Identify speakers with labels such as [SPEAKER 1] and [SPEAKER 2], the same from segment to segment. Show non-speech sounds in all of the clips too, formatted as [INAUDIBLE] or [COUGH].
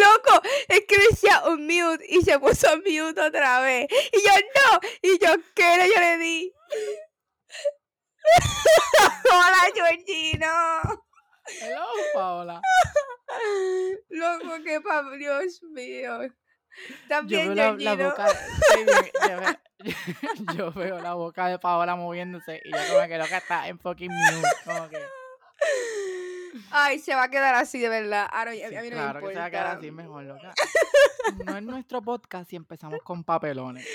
[SPEAKER 1] no, es que decía un mute y se puso un mute otra vez. Y yo, no, y yo, ¿qué era? Yo le di. [LAUGHS] Hola, Georgino.
[SPEAKER 2] Hello, Paola.
[SPEAKER 1] Loco, que pa, Dios mío.
[SPEAKER 2] Yo
[SPEAKER 1] También
[SPEAKER 2] veo la, la
[SPEAKER 1] Georgino.
[SPEAKER 2] boca. sí, yo, veo, [LAUGHS] yo veo la boca de Paola moviéndose y yo como que loca está en fucking mute. Como
[SPEAKER 1] [LAUGHS]
[SPEAKER 2] que,
[SPEAKER 1] Ay, se va a quedar así de verdad. Ah, no, a, mí- a
[SPEAKER 2] sí,
[SPEAKER 1] mí no
[SPEAKER 2] claro
[SPEAKER 1] me importa.
[SPEAKER 2] que se va a quedar así mejor,
[SPEAKER 1] [LAUGHS]
[SPEAKER 2] loca. No es nuestro podcast si empezamos con papelones.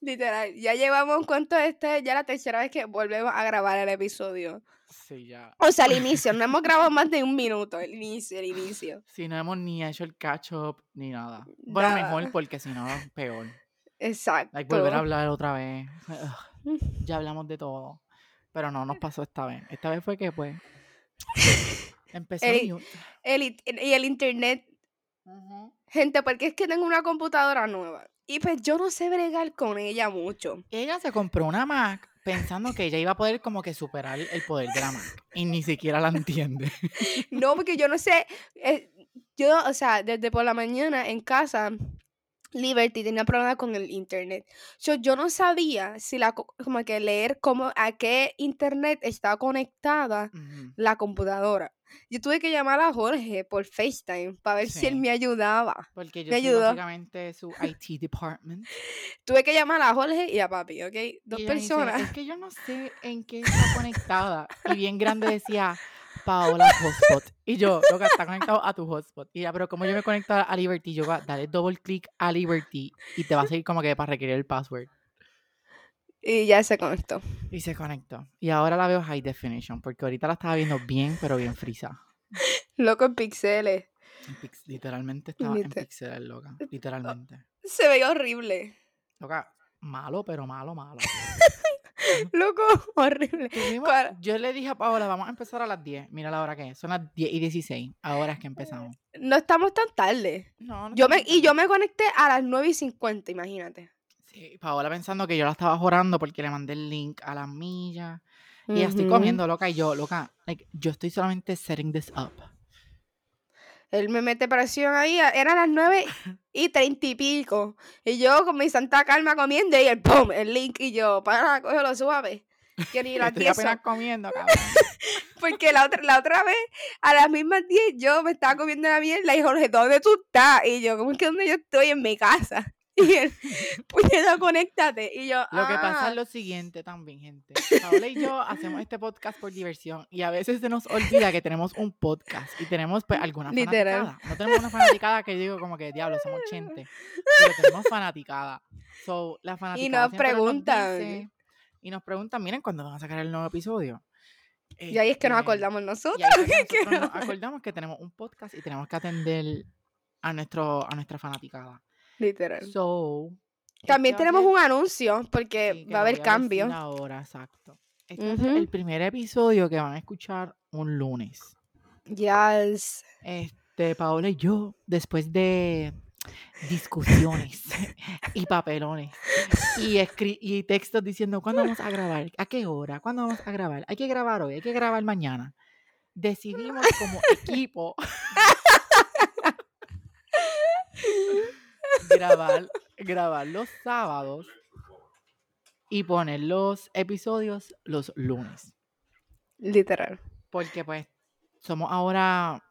[SPEAKER 1] Literal, ya llevamos cuánto este, ya la tercera vez que volvemos a grabar el episodio.
[SPEAKER 2] Sí, ya.
[SPEAKER 1] O sea, el inicio, no hemos grabado más de un minuto, el inicio, el inicio.
[SPEAKER 2] Si no hemos ni hecho el catch up ni nada. Bueno,
[SPEAKER 1] Nada.
[SPEAKER 2] mejor porque si no, peor. [LAUGHS]
[SPEAKER 1] Exacto.
[SPEAKER 2] Hay que volver a hablar otra vez. Ugh, ya hablamos de todo. Pero no nos pasó esta vez. Esta vez fue que, pues. Empezó
[SPEAKER 1] Ey.
[SPEAKER 2] mute.
[SPEAKER 1] El it- y el internet, gente, porque es que tengo una computadora nueva. Y pues yo no sé bregar con ella mucho.
[SPEAKER 2] Ella se compró una Mac pensando que ella iba a poder, como que, superar el poder de la Mac. Y ni siquiera la entiende.
[SPEAKER 1] No, porque yo no sé. eh, yo, o sea, desde por la mañana en casa, Liberty tenía problemas con el internet. Yo, yo no sabía si la, co- como que leer cómo, a qué internet estaba conectada
[SPEAKER 2] Ujú.
[SPEAKER 1] la computadora. Yo tuve que llamar a Jorge por FaceTime para ver si él
[SPEAKER 2] Sí.
[SPEAKER 1] me ayudaba.
[SPEAKER 2] Porque yo
[SPEAKER 1] Me
[SPEAKER 2] soy
[SPEAKER 1] ayudó.
[SPEAKER 2] básicamente su IT department.
[SPEAKER 1] Tuve que llamar a Jorge y a papi, ¿ok? Dos
[SPEAKER 2] Y ella me dice,
[SPEAKER 1] personas.
[SPEAKER 2] es que yo no sé en
[SPEAKER 1] [LAUGHS]
[SPEAKER 2] qué está conectada. Y bien grande decía, Paola Hotspot. Y yo, loca, está conectado a tu hotspot. Y ya, pero como yo me conecto a Liberty, yo, "Ga, dale double click a Liberty y te va a salir como que para requerir el password.
[SPEAKER 1] Y ya se conectó.
[SPEAKER 2] Y se conectó. Y ahora la veo high definition, porque ahorita la estaba viendo bien, pero bien frisa.
[SPEAKER 1] Loco en pixeles.
[SPEAKER 2] En pix- Literalmente estaba en
[SPEAKER 1] Liter-
[SPEAKER 2] pixel, loca. Literalmente.
[SPEAKER 1] Se
[SPEAKER 2] [LAUGHS]
[SPEAKER 1] veía horrible.
[SPEAKER 2] Loca, malo, pero malo,
[SPEAKER 1] [LAUGHS]
[SPEAKER 2] malo.
[SPEAKER 1] Loco, horrible.
[SPEAKER 2] Tuvimos-
[SPEAKER 1] Cora-
[SPEAKER 2] yo le dije a Paola, vamos a empezar a las 10. Mira la hora que es. Son las 10 y 16. Ahora es que empezamos.
[SPEAKER 1] No estamos tan tarde.
[SPEAKER 2] No, no
[SPEAKER 1] Yo me,
[SPEAKER 2] estamos
[SPEAKER 1] y
[SPEAKER 2] tan-
[SPEAKER 1] yo me conecté a las 9 y 50, imagínate.
[SPEAKER 2] Sí, Paola pensando que yo la estaba jorando porque le mandé el link a las millas. Y ya estoy
[SPEAKER 1] Ujú.
[SPEAKER 2] comiendo, loca. Y yo, loca, like, yo estoy solamente setting this up.
[SPEAKER 1] Él me mete presión ahí, a- eran las 9 y 30 y pico. Y yo con mi santa calma comiendo y el pum, el link y yo, para, cógelo suave.
[SPEAKER 2] [LAUGHS]
[SPEAKER 1] Que ni las
[SPEAKER 2] estoy
[SPEAKER 1] 10 son.
[SPEAKER 2] apenas comiendo, cabrón.
[SPEAKER 1] Porque la otra, la otra vez, a las mismas 10, yo me estaba comiendo la mierda y Jorge, ¿dónde tú estás? Y yo, ¿cómo es que dónde yo estoy? En mi casa. [LAUGHS]
[SPEAKER 2] [LAUGHS]
[SPEAKER 1] Y él, puñeta, conéctate. Y yo,
[SPEAKER 2] Lo que pasa
[SPEAKER 1] "Ah".
[SPEAKER 2] es lo siguiente también, gente. Paola y yo hacemos este podcast por diversión y a veces se nos olvida que tenemos un podcast y tenemos pues alguna
[SPEAKER 1] Literal.
[SPEAKER 2] fanaticada. No tenemos una fanaticada que digo como que diablo, somos 80, pero tenemos fanaticada. So, la fanaticada
[SPEAKER 1] nos
[SPEAKER 2] siempre
[SPEAKER 1] preguntan.
[SPEAKER 2] dice- y nos preguntan, miren, ¿cuándo van a sacar el nuevo episodio?
[SPEAKER 1] Y ahí es que nos
[SPEAKER 2] Este,
[SPEAKER 1] acordamos nosotros. [LAUGHS]
[SPEAKER 2] y ahí fue que
[SPEAKER 1] que
[SPEAKER 2] nosotros nos acordamos que tenemos un podcast y tenemos que atender a, nuestro, a nuestra fanaticada.
[SPEAKER 1] Literal.
[SPEAKER 2] So, este
[SPEAKER 1] También
[SPEAKER 2] va a
[SPEAKER 1] tenemos
[SPEAKER 2] ser-
[SPEAKER 1] un anuncio porque
[SPEAKER 2] Sí, que lo
[SPEAKER 1] va a haber
[SPEAKER 2] voy decir
[SPEAKER 1] cambio.
[SPEAKER 2] Ahora, exacto. Este es
[SPEAKER 1] Ujú.
[SPEAKER 2] el primer episodio que van a escuchar un lunes.
[SPEAKER 1] Yes.
[SPEAKER 2] Este, Paola y yo, después de discusiones [LAUGHS] y papelones y, escri- y textos diciendo cuándo vamos a grabar, a qué hora, cuándo vamos a grabar, hay que grabar hoy, hay que grabar mañana. Decidimos como equipo [LAUGHS] grabar, grabar los sábados y poner los episodios los lunes.
[SPEAKER 1] Literal.
[SPEAKER 2] Porque pues somos ahora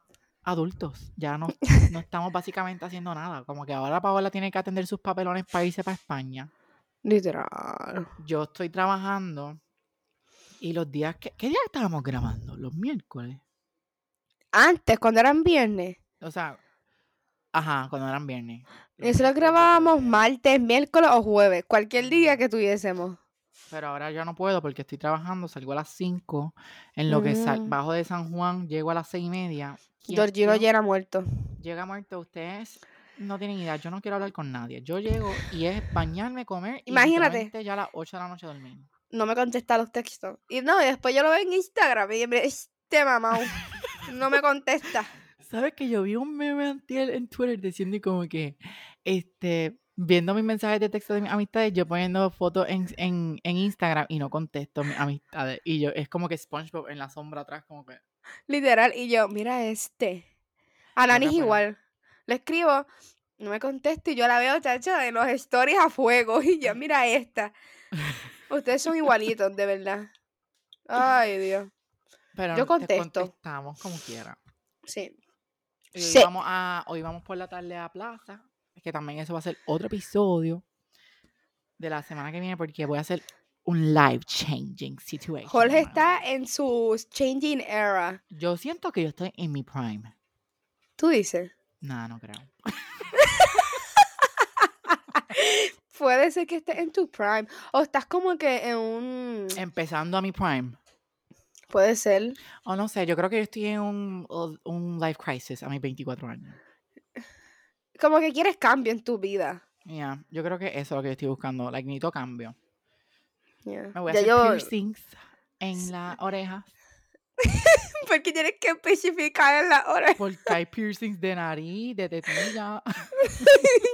[SPEAKER 2] adultos, ya no, no estamos básicamente haciendo nada. Como que ahora Paola tiene que atender sus papelones para irse para España.
[SPEAKER 1] Literal.
[SPEAKER 2] Yo estoy trabajando y los días que... ¿Qué día estábamos grabando? Los miércoles.
[SPEAKER 1] Antes, cuando eran viernes.
[SPEAKER 2] O sea, ajá, cuando eran viernes. Los
[SPEAKER 1] Nosotros
[SPEAKER 2] miércoles yo puedo
[SPEAKER 1] grabábamos
[SPEAKER 2] ver,
[SPEAKER 1] martes, miércoles o jueves. Cualquier
[SPEAKER 2] Mm.
[SPEAKER 1] día que tuviésemos.
[SPEAKER 2] Pero ahora yo no puedo porque estoy trabajando, salgo a las 5, en lo que sal-
[SPEAKER 1] Mm.
[SPEAKER 2] bajo de San Juan, llego a las 6 y media. ¿Quién-
[SPEAKER 1] Georgino
[SPEAKER 2] quién-
[SPEAKER 1] ya era muerto.
[SPEAKER 2] Llega muerto, ustedes no tienen idea. Yo no quiero hablar con nadie. Yo llego y es bañarme, comer y
[SPEAKER 1] Imagínate.
[SPEAKER 2] literalmente ya a las 8 de la noche dormir.
[SPEAKER 1] No me contesta los textos. Y no, y después yo lo veo en Instagram y me este mamá no me contesta.
[SPEAKER 2] ¿Sabes que yo vi un meme antier en Twitter diciendo como que, este, viendo mis mensajes de texto de mis amistades, yo poniendo fotos en, en, en Instagram y no contesto mis amistades. Y yo, es como que SpongeBob en la sombra atrás, como que...
[SPEAKER 1] Literal. Y yo, mira este. A
[SPEAKER 2] Loca,
[SPEAKER 1] Nani es
[SPEAKER 2] pero-
[SPEAKER 1] igual. Le escribo no me contesta y yo la veo, chacha, de los stories a fuego. [LAUGHS] Y yo, mira esta. Ustedes son igualitos, de verdad. Ay, Dios.
[SPEAKER 2] Pero
[SPEAKER 1] Yo
[SPEAKER 2] te
[SPEAKER 1] contesto.
[SPEAKER 2] contestamos como quiera.
[SPEAKER 1] Sí.
[SPEAKER 2] Y
[SPEAKER 1] Sí.
[SPEAKER 2] Hoy, vamos a, hoy vamos por la tarde a plaza, que también eso va a ser otro episodio de la semana que viene, porque voy a hacer un life changing situation.
[SPEAKER 1] Jorge
[SPEAKER 2] hermano.
[SPEAKER 1] está en su changing era.
[SPEAKER 2] Yo siento que yo estoy en mi prime.
[SPEAKER 1] Tú dices.
[SPEAKER 2] No, no creo.
[SPEAKER 1] Puede ser que estés en tu prime. O estás como que en un.
[SPEAKER 2] Empezando a mi prime.
[SPEAKER 1] Puede ser.
[SPEAKER 2] O no sé, yo creo que yo estoy en un, un life crisis a mis 24 años.
[SPEAKER 1] Como que quieres cambio en tu vida.
[SPEAKER 2] Yeah, yo creo que eso es lo que yo estoy buscando. Like, necesito cambio.
[SPEAKER 1] Yeah.
[SPEAKER 2] Me voy a
[SPEAKER 1] Ya
[SPEAKER 2] hacer
[SPEAKER 1] yo-
[SPEAKER 2] piercings en la oreja.
[SPEAKER 1] [LAUGHS] Porque tienes que especificar en la hora. [LAUGHS]
[SPEAKER 2] Porque hay piercings de nariz, de tetilla,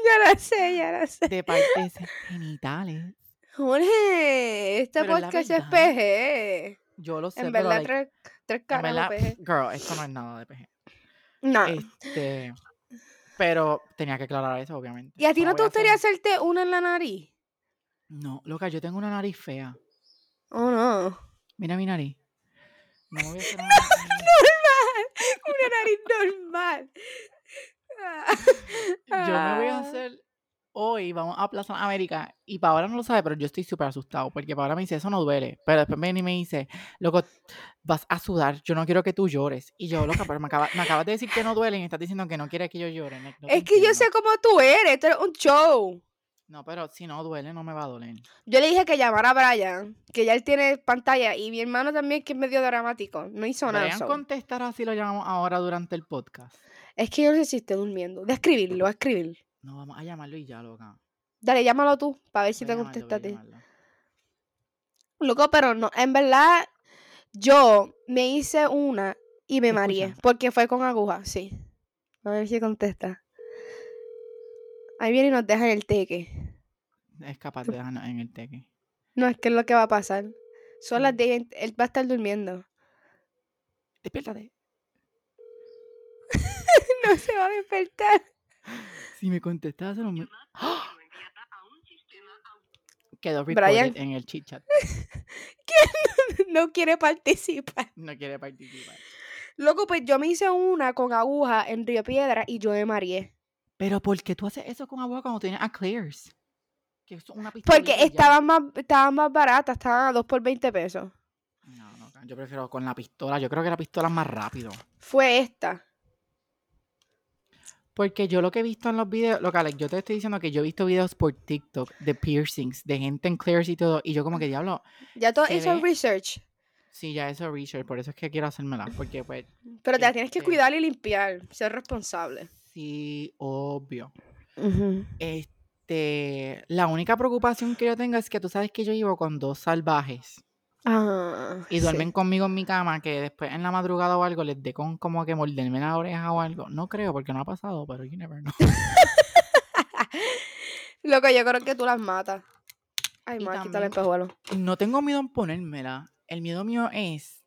[SPEAKER 1] ya lo sé, ya lo sé.
[SPEAKER 2] de partes genitales.
[SPEAKER 1] Jorge, este
[SPEAKER 2] Pero es la
[SPEAKER 1] podcast
[SPEAKER 2] verdad.
[SPEAKER 1] es PG.
[SPEAKER 2] Yo lo sé,
[SPEAKER 1] En
[SPEAKER 2] pero,
[SPEAKER 1] verdad,
[SPEAKER 2] like,
[SPEAKER 1] tres, tres
[SPEAKER 2] en verdad,
[SPEAKER 1] caras
[SPEAKER 2] [LAUGHS]
[SPEAKER 1] PG.
[SPEAKER 2] girl, esto no es nada de PG.
[SPEAKER 1] No.
[SPEAKER 2] Este, pero tenía que aclarar eso, obviamente.
[SPEAKER 1] ¿Y a ti no te
[SPEAKER 2] voy
[SPEAKER 1] gustaría
[SPEAKER 2] hacer-
[SPEAKER 1] hacerte uno en la nariz?
[SPEAKER 2] No, loca, yo tengo una nariz fea.
[SPEAKER 1] Oh, no. Una
[SPEAKER 2] Mira mi nariz. No me voy a
[SPEAKER 1] [LAUGHS]
[SPEAKER 2] hacer una-
[SPEAKER 1] nariz normal. Ah,
[SPEAKER 2] Yo me voy a
[SPEAKER 1] Ah.
[SPEAKER 2] hacer... Hoy vamos a Plaza América y Paola no lo sabe, pero yo estoy súper asustado porque Paola me dice, eso no duele. Pero después viene y me dice, loco, vas a sudar, yo no quiero que tú llores. Y yo, loca, pero me, acaba- me acabas de decir que no duele y me estás diciendo que no quieres que yo llore. no- no te
[SPEAKER 1] es que yo
[SPEAKER 2] entiendo".
[SPEAKER 1] sé cómo tú eres. Tú eres un show.
[SPEAKER 2] No, pero si no duele, no me va a doler.
[SPEAKER 1] Yo le dije que llamara a Brian, que ya él tiene pantalla. Y mi hermano también, que es medio dramático. No hizo nada.
[SPEAKER 2] Podrían
[SPEAKER 1] so.
[SPEAKER 2] contestar así lo llamamos ahora durante el podcast.
[SPEAKER 1] Es que yo no sé si esté durmiendo. De escribirlo, a escribir.
[SPEAKER 2] No, vamos a llamarlo y ya, loca.
[SPEAKER 1] Dale, llámalo tú, para ver si
[SPEAKER 2] Voy a
[SPEAKER 1] te
[SPEAKER 2] llamarlo, voy a
[SPEAKER 1] contesta a ti.
[SPEAKER 2] llamarlo.
[SPEAKER 1] Loco, pero no, en verdad, yo me hice una y me
[SPEAKER 2] Escucha.
[SPEAKER 1] mareé, porque fue con aguja, sí. A ver si contesta. Ahí viene y nos dejan el teque.
[SPEAKER 2] Es capaz de dejarnos en el teque.
[SPEAKER 1] No, es que es lo que va a pasar. Son las
[SPEAKER 2] Mm.
[SPEAKER 1] 10 y él va a estar durmiendo.
[SPEAKER 2] Despiértate.
[SPEAKER 1] No se va a despertar.
[SPEAKER 2] Si me contestas, se lo me- ¡Ah! Quedó
[SPEAKER 1] Brian.
[SPEAKER 2] recorded en el chit chat.
[SPEAKER 1] [LAUGHS] No quiere participar.
[SPEAKER 2] No quiere participar.
[SPEAKER 1] Loco, pues yo me hice una con aguja en Río Piedra y yo me mareé.
[SPEAKER 2] Pero ¿por qué tú haces eso con agua cuando tienes a Clears? Que es una pistolita y
[SPEAKER 1] Porque
[SPEAKER 2] ya.
[SPEAKER 1] estaban más, estaban más baratas, estaban a 2 por 20 pesos.
[SPEAKER 2] No, no, yo prefiero con la pistola. Yo creo que la pistola es más rápido.
[SPEAKER 1] Fue esta.
[SPEAKER 2] Porque yo lo que he visto en los videos, lo que Alex, yo te estoy diciendo que yo he visto videos por TikTok de piercings, de gente en Clears y todo, y yo como que diablo,
[SPEAKER 1] Ya todo
[SPEAKER 2] Se
[SPEAKER 1] hizo
[SPEAKER 2] ve-
[SPEAKER 1] research.
[SPEAKER 2] sí, ya eso es research, por eso es que quiero hacérmela, porque pues,
[SPEAKER 1] Pero te la tienes que
[SPEAKER 2] Este-
[SPEAKER 1] cuidar y limpiar, ser responsable.
[SPEAKER 2] sí, obvio. Este, la única preocupación que yo tengo es que tú sabes que yo vivo con dos salvajes
[SPEAKER 1] Ah,
[SPEAKER 2] y duermen conmigo en mi cama, que después en la madrugada o algo les dé con como que morderme la oreja o algo. No creo, porque no ha pasado, pero you never know.
[SPEAKER 1] Lo que yo creo que tú las matas. Ay,
[SPEAKER 2] Y
[SPEAKER 1] más, quítale
[SPEAKER 2] también-
[SPEAKER 1] el pejuelo.
[SPEAKER 2] No tengo miedo en ponérmela. El miedo mío es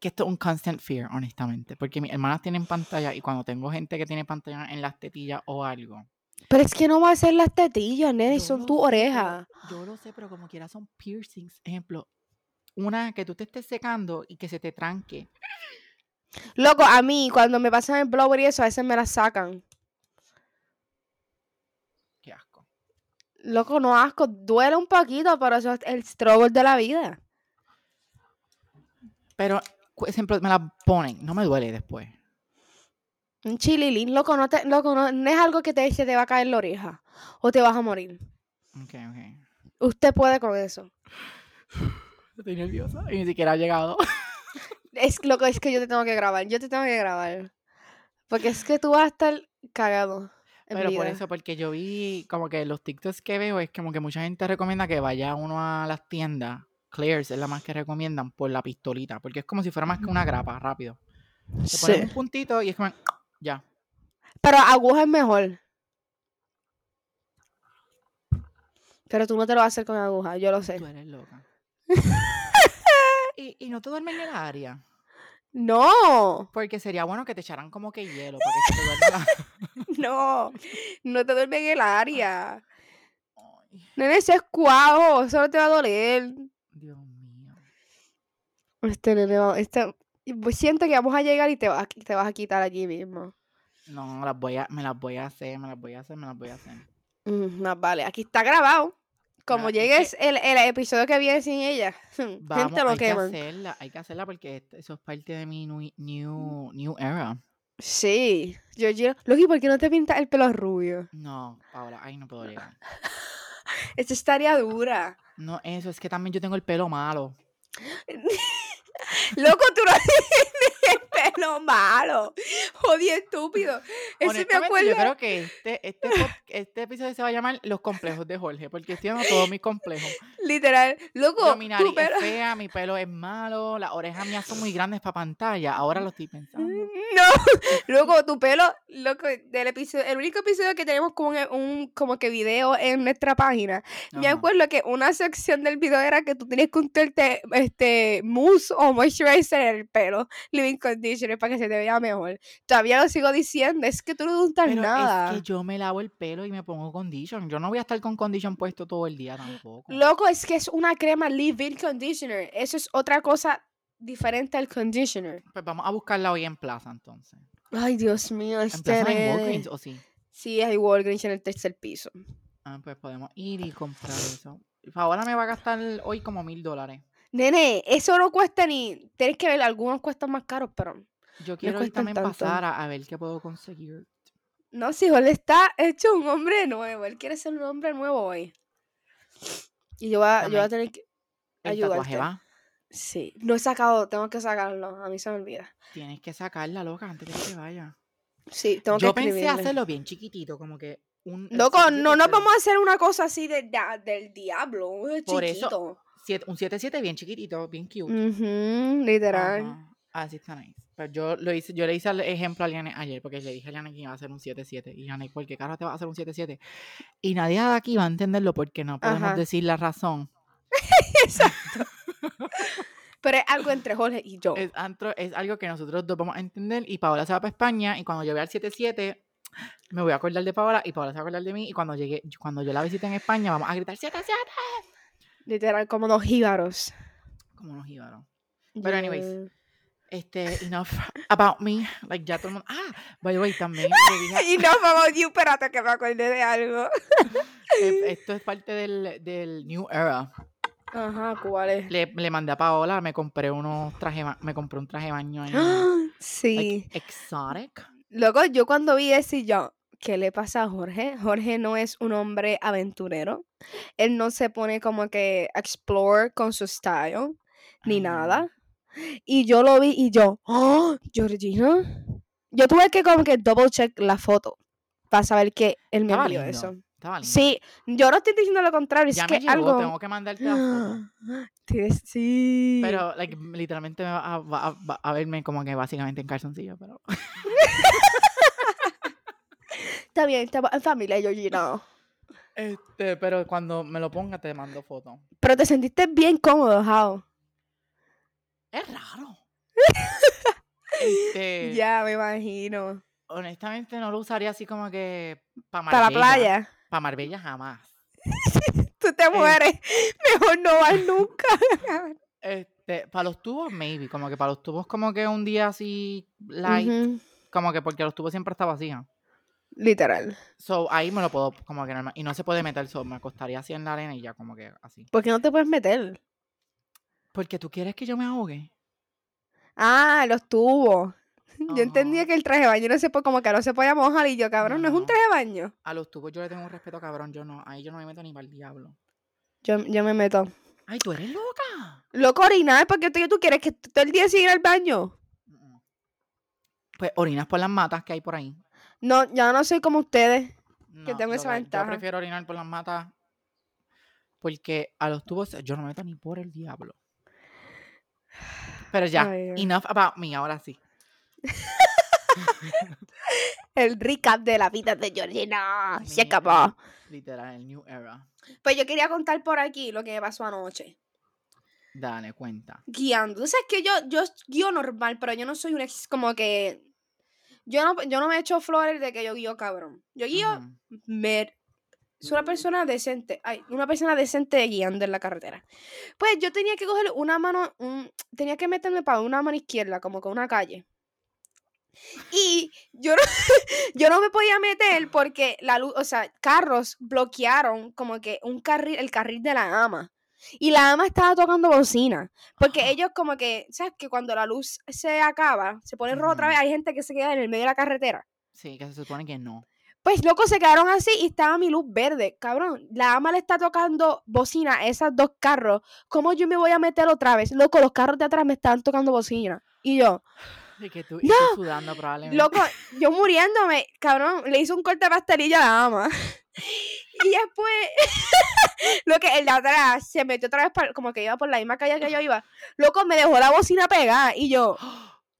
[SPEAKER 2] que esto es un constant fear, honestamente. Porque mis hermanas tienen pantalla y cuando tengo gente que tiene pantalla en las tetillas o algo.
[SPEAKER 1] Pero es que no va a ser las tetillas, nene,
[SPEAKER 2] yo
[SPEAKER 1] son
[SPEAKER 2] lo
[SPEAKER 1] tus
[SPEAKER 2] sé, pero-
[SPEAKER 1] orejas.
[SPEAKER 2] Yo lo sé, pero como quiera son piercings. Ejemplo, una que tú te estés secando y que se te tranque.
[SPEAKER 1] Loco, a mí, cuando me pasan el blower y eso, a veces me las sacan.
[SPEAKER 2] Qué asco.
[SPEAKER 1] Loco, no asco, duele un poquito, pero eso es el struggle de la vida.
[SPEAKER 2] Pero, por ejemplo, me la ponen. No me duele después.
[SPEAKER 1] Un chililín, loco, no, te, loco no, no es algo que te, se te va a caer la oreja o te vas a morir.
[SPEAKER 2] Ok, ok.
[SPEAKER 1] Usted puede con eso.
[SPEAKER 2] Estoy nerviosa y ni siquiera ha llegado.
[SPEAKER 1] Es lo que es que yo te tengo que grabar, yo te tengo que grabar. Porque es que tú vas a estar cagado. en
[SPEAKER 2] Pero por
[SPEAKER 1] vida.
[SPEAKER 2] eso, porque yo vi como que los TikToks que veo es como que mucha gente recomienda que vaya uno a las tiendas. Claire's es la más que recomiendan por la pistolita, porque es como si fuera más que una grapa, rápido. Te ponen
[SPEAKER 1] Sí.
[SPEAKER 2] un puntito y es como ya.
[SPEAKER 1] Pero aguja es mejor. Pero tú no te lo vas a hacer con aguja, yo lo sé.
[SPEAKER 2] Tú eres loca. y, y no te duermen en el área,
[SPEAKER 1] No,
[SPEAKER 2] [LAUGHS] porque sería bueno que te echaran como que hielo para que se te duerma la- [LAUGHS]
[SPEAKER 1] No, no te duerme en el área. Nene, ese es cuajo, eso no te va a doler.
[SPEAKER 2] Dios mío.
[SPEAKER 1] Este nene va- este- pues siento que vamos a llegar y te vas, y te vas a quitar aquí mismo.
[SPEAKER 2] No, las voy a, me las voy a hacer, me las voy a hacer, me las voy a hacer.
[SPEAKER 1] Mm, más vale, aquí está grabado. Como
[SPEAKER 2] Nada, es que-
[SPEAKER 1] llegues el, el episodio que viene sin ella, [LAUGHS]
[SPEAKER 2] Vamos,
[SPEAKER 1] gente lo
[SPEAKER 2] hay que
[SPEAKER 1] queman.
[SPEAKER 2] hacerla, hay que hacerla porque esto- eso es parte de mi nui- new, new era.
[SPEAKER 1] Sí, yo, yo, Loki, ¿por qué no te pintas el pelo rubio?
[SPEAKER 2] No, Paola, ahí no puedo
[SPEAKER 1] [LAUGHS]
[SPEAKER 2] llegar.
[SPEAKER 1] Esta es tarea dura.
[SPEAKER 2] No, eso es que también yo tengo el pelo malo.
[SPEAKER 1] Loco, tú no [LAUGHS] tienes el pelo malo. Jodí estúpido. Ese me
[SPEAKER 2] Honestamente,
[SPEAKER 1] acuerdo.
[SPEAKER 2] Yo creo que este, este,
[SPEAKER 1] [LAUGHS]
[SPEAKER 2] pod- este episodio se va a llamar Los complejos de Jorge, porque estoy dando todos mis complejos.
[SPEAKER 1] Literal. Loco,
[SPEAKER 2] Yo, mi nariz
[SPEAKER 1] tu pelo.
[SPEAKER 2] es fea, mi pelo es malo, las orejas mías
[SPEAKER 1] [LAUGHS]
[SPEAKER 2] son muy grandes para pantalla. Ahora lo estoy pensando.
[SPEAKER 1] Mm, No, [LAUGHS] loco, tu pelo, loco, del episodio, el único episodio que tenemos como un, e, un- como que video en nuestra página. Me
[SPEAKER 2] Ajá.
[SPEAKER 1] acuerdo que una sección del video era que tú tenías que untarte este mousse o moisturizer en el pelo, living conditioner para que se te vea mejor. Todavía lo sigo diciendo, es que tú no untas
[SPEAKER 2] Pero
[SPEAKER 1] nada.
[SPEAKER 2] es que yo me lavo el pelo y me pongo condition. Yo no voy a estar con condition puesto todo el día tampoco.
[SPEAKER 1] Loco, es que es una crema leave-in conditioner. Eso es otra cosa diferente al conditioner.
[SPEAKER 2] Pues vamos a buscarla hoy en Plaza entonces.
[SPEAKER 1] Ay, Dios mío,
[SPEAKER 2] En
[SPEAKER 1] este
[SPEAKER 2] Plaza no hay
[SPEAKER 1] nene.
[SPEAKER 2] Walgreens o sí.
[SPEAKER 1] Sí, hay Walgreens en el tercer piso.
[SPEAKER 2] Ah, pues podemos ir y comprar eso. Ahora me va a gastar hoy como mil dólares.
[SPEAKER 1] Nene, eso no cuesta ni. Tienes que ver, algunos cuestan más caros, pero.
[SPEAKER 2] Yo quiero ir
[SPEAKER 1] cuestan
[SPEAKER 2] también
[SPEAKER 1] tanto.
[SPEAKER 2] pasar a, a ver qué puedo conseguir.
[SPEAKER 1] No, si Jorge está hecho un hombre nuevo. Él quiere ser un hombre nuevo hoy. Y yo voy a, yo voy a
[SPEAKER 2] También.
[SPEAKER 1] tener que.
[SPEAKER 2] El
[SPEAKER 1] Ayudarte.
[SPEAKER 2] tatuaje va.
[SPEAKER 1] Sí, no he sacado, tengo que sacarlo. A mí se me olvida.
[SPEAKER 2] Tienes que sacarla, loca, antes de que se vaya.
[SPEAKER 1] Sí, tengo que
[SPEAKER 2] Yo pensé
[SPEAKER 1] escribirle.
[SPEAKER 2] hacerlo bien chiquitito, como que un. el
[SPEAKER 1] Loco,
[SPEAKER 2] siete,
[SPEAKER 1] no
[SPEAKER 2] siete,
[SPEAKER 1] nos
[SPEAKER 2] pero
[SPEAKER 1] vamos a hacer una cosa así de, da- del diablo. un
[SPEAKER 2] Por eso-
[SPEAKER 1] chiquito.
[SPEAKER 2] siete- un 7-7 bien chiquitito, bien cute.
[SPEAKER 1] Ujú, literal.
[SPEAKER 2] Ajá, Así está nice. Pero yo, lo hice, yo le hice el ejemplo a Liane ayer, porque le dije a Liane que iba a hacer un 7-7. Y Liane, ¿por qué carajo te va a hacer un 7-7? Y nadie de aquí va a entenderlo porque no podemos
[SPEAKER 1] Ajá.
[SPEAKER 2] decir la razón.
[SPEAKER 1] Pero es algo entre Jorge y yo.
[SPEAKER 2] Es, antro- es algo que nosotros dos vamos a entender. Y Paola se va para España. Y cuando yo vea el 7-7, me voy a acordar de Paola. Y Paola se va a acordar de mí. Y cuando, llegue, cuando yo la visite en España, vamos a gritar 7-7.
[SPEAKER 1] Literal, como dos jíbaros.
[SPEAKER 2] Como nos íbaros. Pero anyways,
[SPEAKER 1] Yeah.
[SPEAKER 2] Este, enough about me. Like, ya todo el mundo. Ah, by the way, también le dije a-
[SPEAKER 1] [LAUGHS] Y no, vamos, you, espérate que me acordé de algo. [LAUGHS]
[SPEAKER 2] e- Esto es parte del, del New Era.
[SPEAKER 1] Ajá, ¿cuál es?
[SPEAKER 2] Le, le mandé a Paola, me compré unos traje ba- me compré un traje de baño
[SPEAKER 1] [GASPS]
[SPEAKER 2] ahí,
[SPEAKER 1] Ah,
[SPEAKER 2] like,
[SPEAKER 1] sí.
[SPEAKER 2] exotic.
[SPEAKER 1] Luego, yo cuando vi eso, y yo, ¿qué le pasa a Jorge? Jorge no es un hombre aventurero. Él no se pone como que a explore con su style, ni
[SPEAKER 2] Ay, no.
[SPEAKER 1] nada.
[SPEAKER 2] Ah.
[SPEAKER 1] Y yo lo vi y yo, ¡oh! Georgina. Yo tuve que como que double check la foto para saber que él me
[SPEAKER 2] Estaba
[SPEAKER 1] envió
[SPEAKER 2] lindo,
[SPEAKER 1] eso.
[SPEAKER 2] Estaba lindo.
[SPEAKER 1] Sí, yo no estoy diciendo lo contrario,
[SPEAKER 2] ya
[SPEAKER 1] es
[SPEAKER 2] me
[SPEAKER 1] que
[SPEAKER 2] llegó,
[SPEAKER 1] algo.
[SPEAKER 2] tengo que
[SPEAKER 1] [GASPS]
[SPEAKER 2] mandarte [GASPS] la foto.
[SPEAKER 1] Tienes- sí.
[SPEAKER 2] Pero, like, literalmente me va a, va a- va a verme como que básicamente en calzoncillo, pero. [LAUGHS]
[SPEAKER 1] Está bien, estamos en familia, Georgina.
[SPEAKER 2] Este, pero cuando me lo ponga te mando foto.
[SPEAKER 1] Pero te sentiste bien cómodo, Jao.
[SPEAKER 2] Es [LAUGHS] raro. Este,
[SPEAKER 1] Ya, me imagino.
[SPEAKER 2] honestamente no lo usaría así como que para
[SPEAKER 1] Para la playa.
[SPEAKER 2] Para Marbella jamás.
[SPEAKER 1] Tú te mueres. [LAUGHS] Mejor no vas nunca.
[SPEAKER 2] Este, para los tubos, maybe. Como que para los tubos, como que un día así light.
[SPEAKER 1] Ujú,
[SPEAKER 2] Como que porque los tubos siempre está vacía.
[SPEAKER 1] Literal.
[SPEAKER 2] So, ahí me lo puedo, como que normal. Y no se puede meter, so, me acostaría así en la arena y ya, como que así.
[SPEAKER 1] ¿Por qué no te puedes meter?
[SPEAKER 2] Porque tú quieres que yo me ahogue.
[SPEAKER 1] Ah, los tubos. [LAUGHS] Yo
[SPEAKER 2] Ajá.
[SPEAKER 1] entendía que el traje de baño no se po- como que no se podía mojar y yo, cabrón, no, es un
[SPEAKER 2] No.
[SPEAKER 1] traje de baño.
[SPEAKER 2] A los tubos yo le tengo un respeto cabrón, yo no. Ahí yo no me meto ni para el diablo.
[SPEAKER 1] Yo, yo me meto.
[SPEAKER 2] Ay, tú eres loca.
[SPEAKER 1] Loco, orinar, porque tú, tú quieres que t- todo el día siga al baño.
[SPEAKER 2] Mm. Pues orinas por las matas que hay por ahí.
[SPEAKER 1] No, ya no soy como ustedes.
[SPEAKER 2] No,
[SPEAKER 1] tengo esa
[SPEAKER 2] loca,
[SPEAKER 1] ventaja.
[SPEAKER 2] Yo prefiero orinar por las matas porque a los tubos yo no me meto ni por el diablo. Pero ya,
[SPEAKER 1] Ay, Dios.
[SPEAKER 2] enough about me, ahora sí.
[SPEAKER 1] El recap de la vida de Georgina. Ah, Se
[SPEAKER 2] Mira.
[SPEAKER 1] acabó.
[SPEAKER 2] Literal, el new era.
[SPEAKER 1] Pues yo quería contar por aquí lo que me pasó anoche.
[SPEAKER 2] Dale, cuenta.
[SPEAKER 1] Guiando. O sea, es que yo, yo guío normal, pero yo no soy una ex- como que. Yo no, yo no me echo flores de que yo guío cabrón. Yo guío,
[SPEAKER 2] Ujú.
[SPEAKER 1] me- soy una persona decente. Ay, una persona decente guiando en la carretera. Pues yo tenía que coger una mano, un- tenía que meterme para una mano izquierda, como que una calle. Y yo no, [LAUGHS] yo no me podía meter porque la luz, o sea, carros bloquearon como que un carril, el carril de la ama. Y la ama estaba tocando bocina. Porque ellos como que, ¿sabes? Que cuando la luz se acaba, se pone roja otra
[SPEAKER 2] Ujú.
[SPEAKER 1] vez, hay gente que se queda en el medio de la carretera.
[SPEAKER 2] Sí, que se supone que no.
[SPEAKER 1] Pues loco, se quedaron así y estaba mi luz verde. Cabrón, la ama le está tocando bocina a esos dos carros. ¿Cómo yo me voy a meter otra vez? Loco, los carros de atrás me estaban tocando bocina. Y yo,
[SPEAKER 2] Y que tú, y
[SPEAKER 1] No.
[SPEAKER 2] tú sudando probablemente.
[SPEAKER 1] [GASPS] loco, yo muriéndome, cabrón, le hice un corte de pastelilla a la ama. [LAUGHS] Y después, [LAUGHS] lo que el de atrás se metió otra vez, pa- como que iba por la misma calle que yo iba. Loco, me dejó la bocina pegada. Y yo,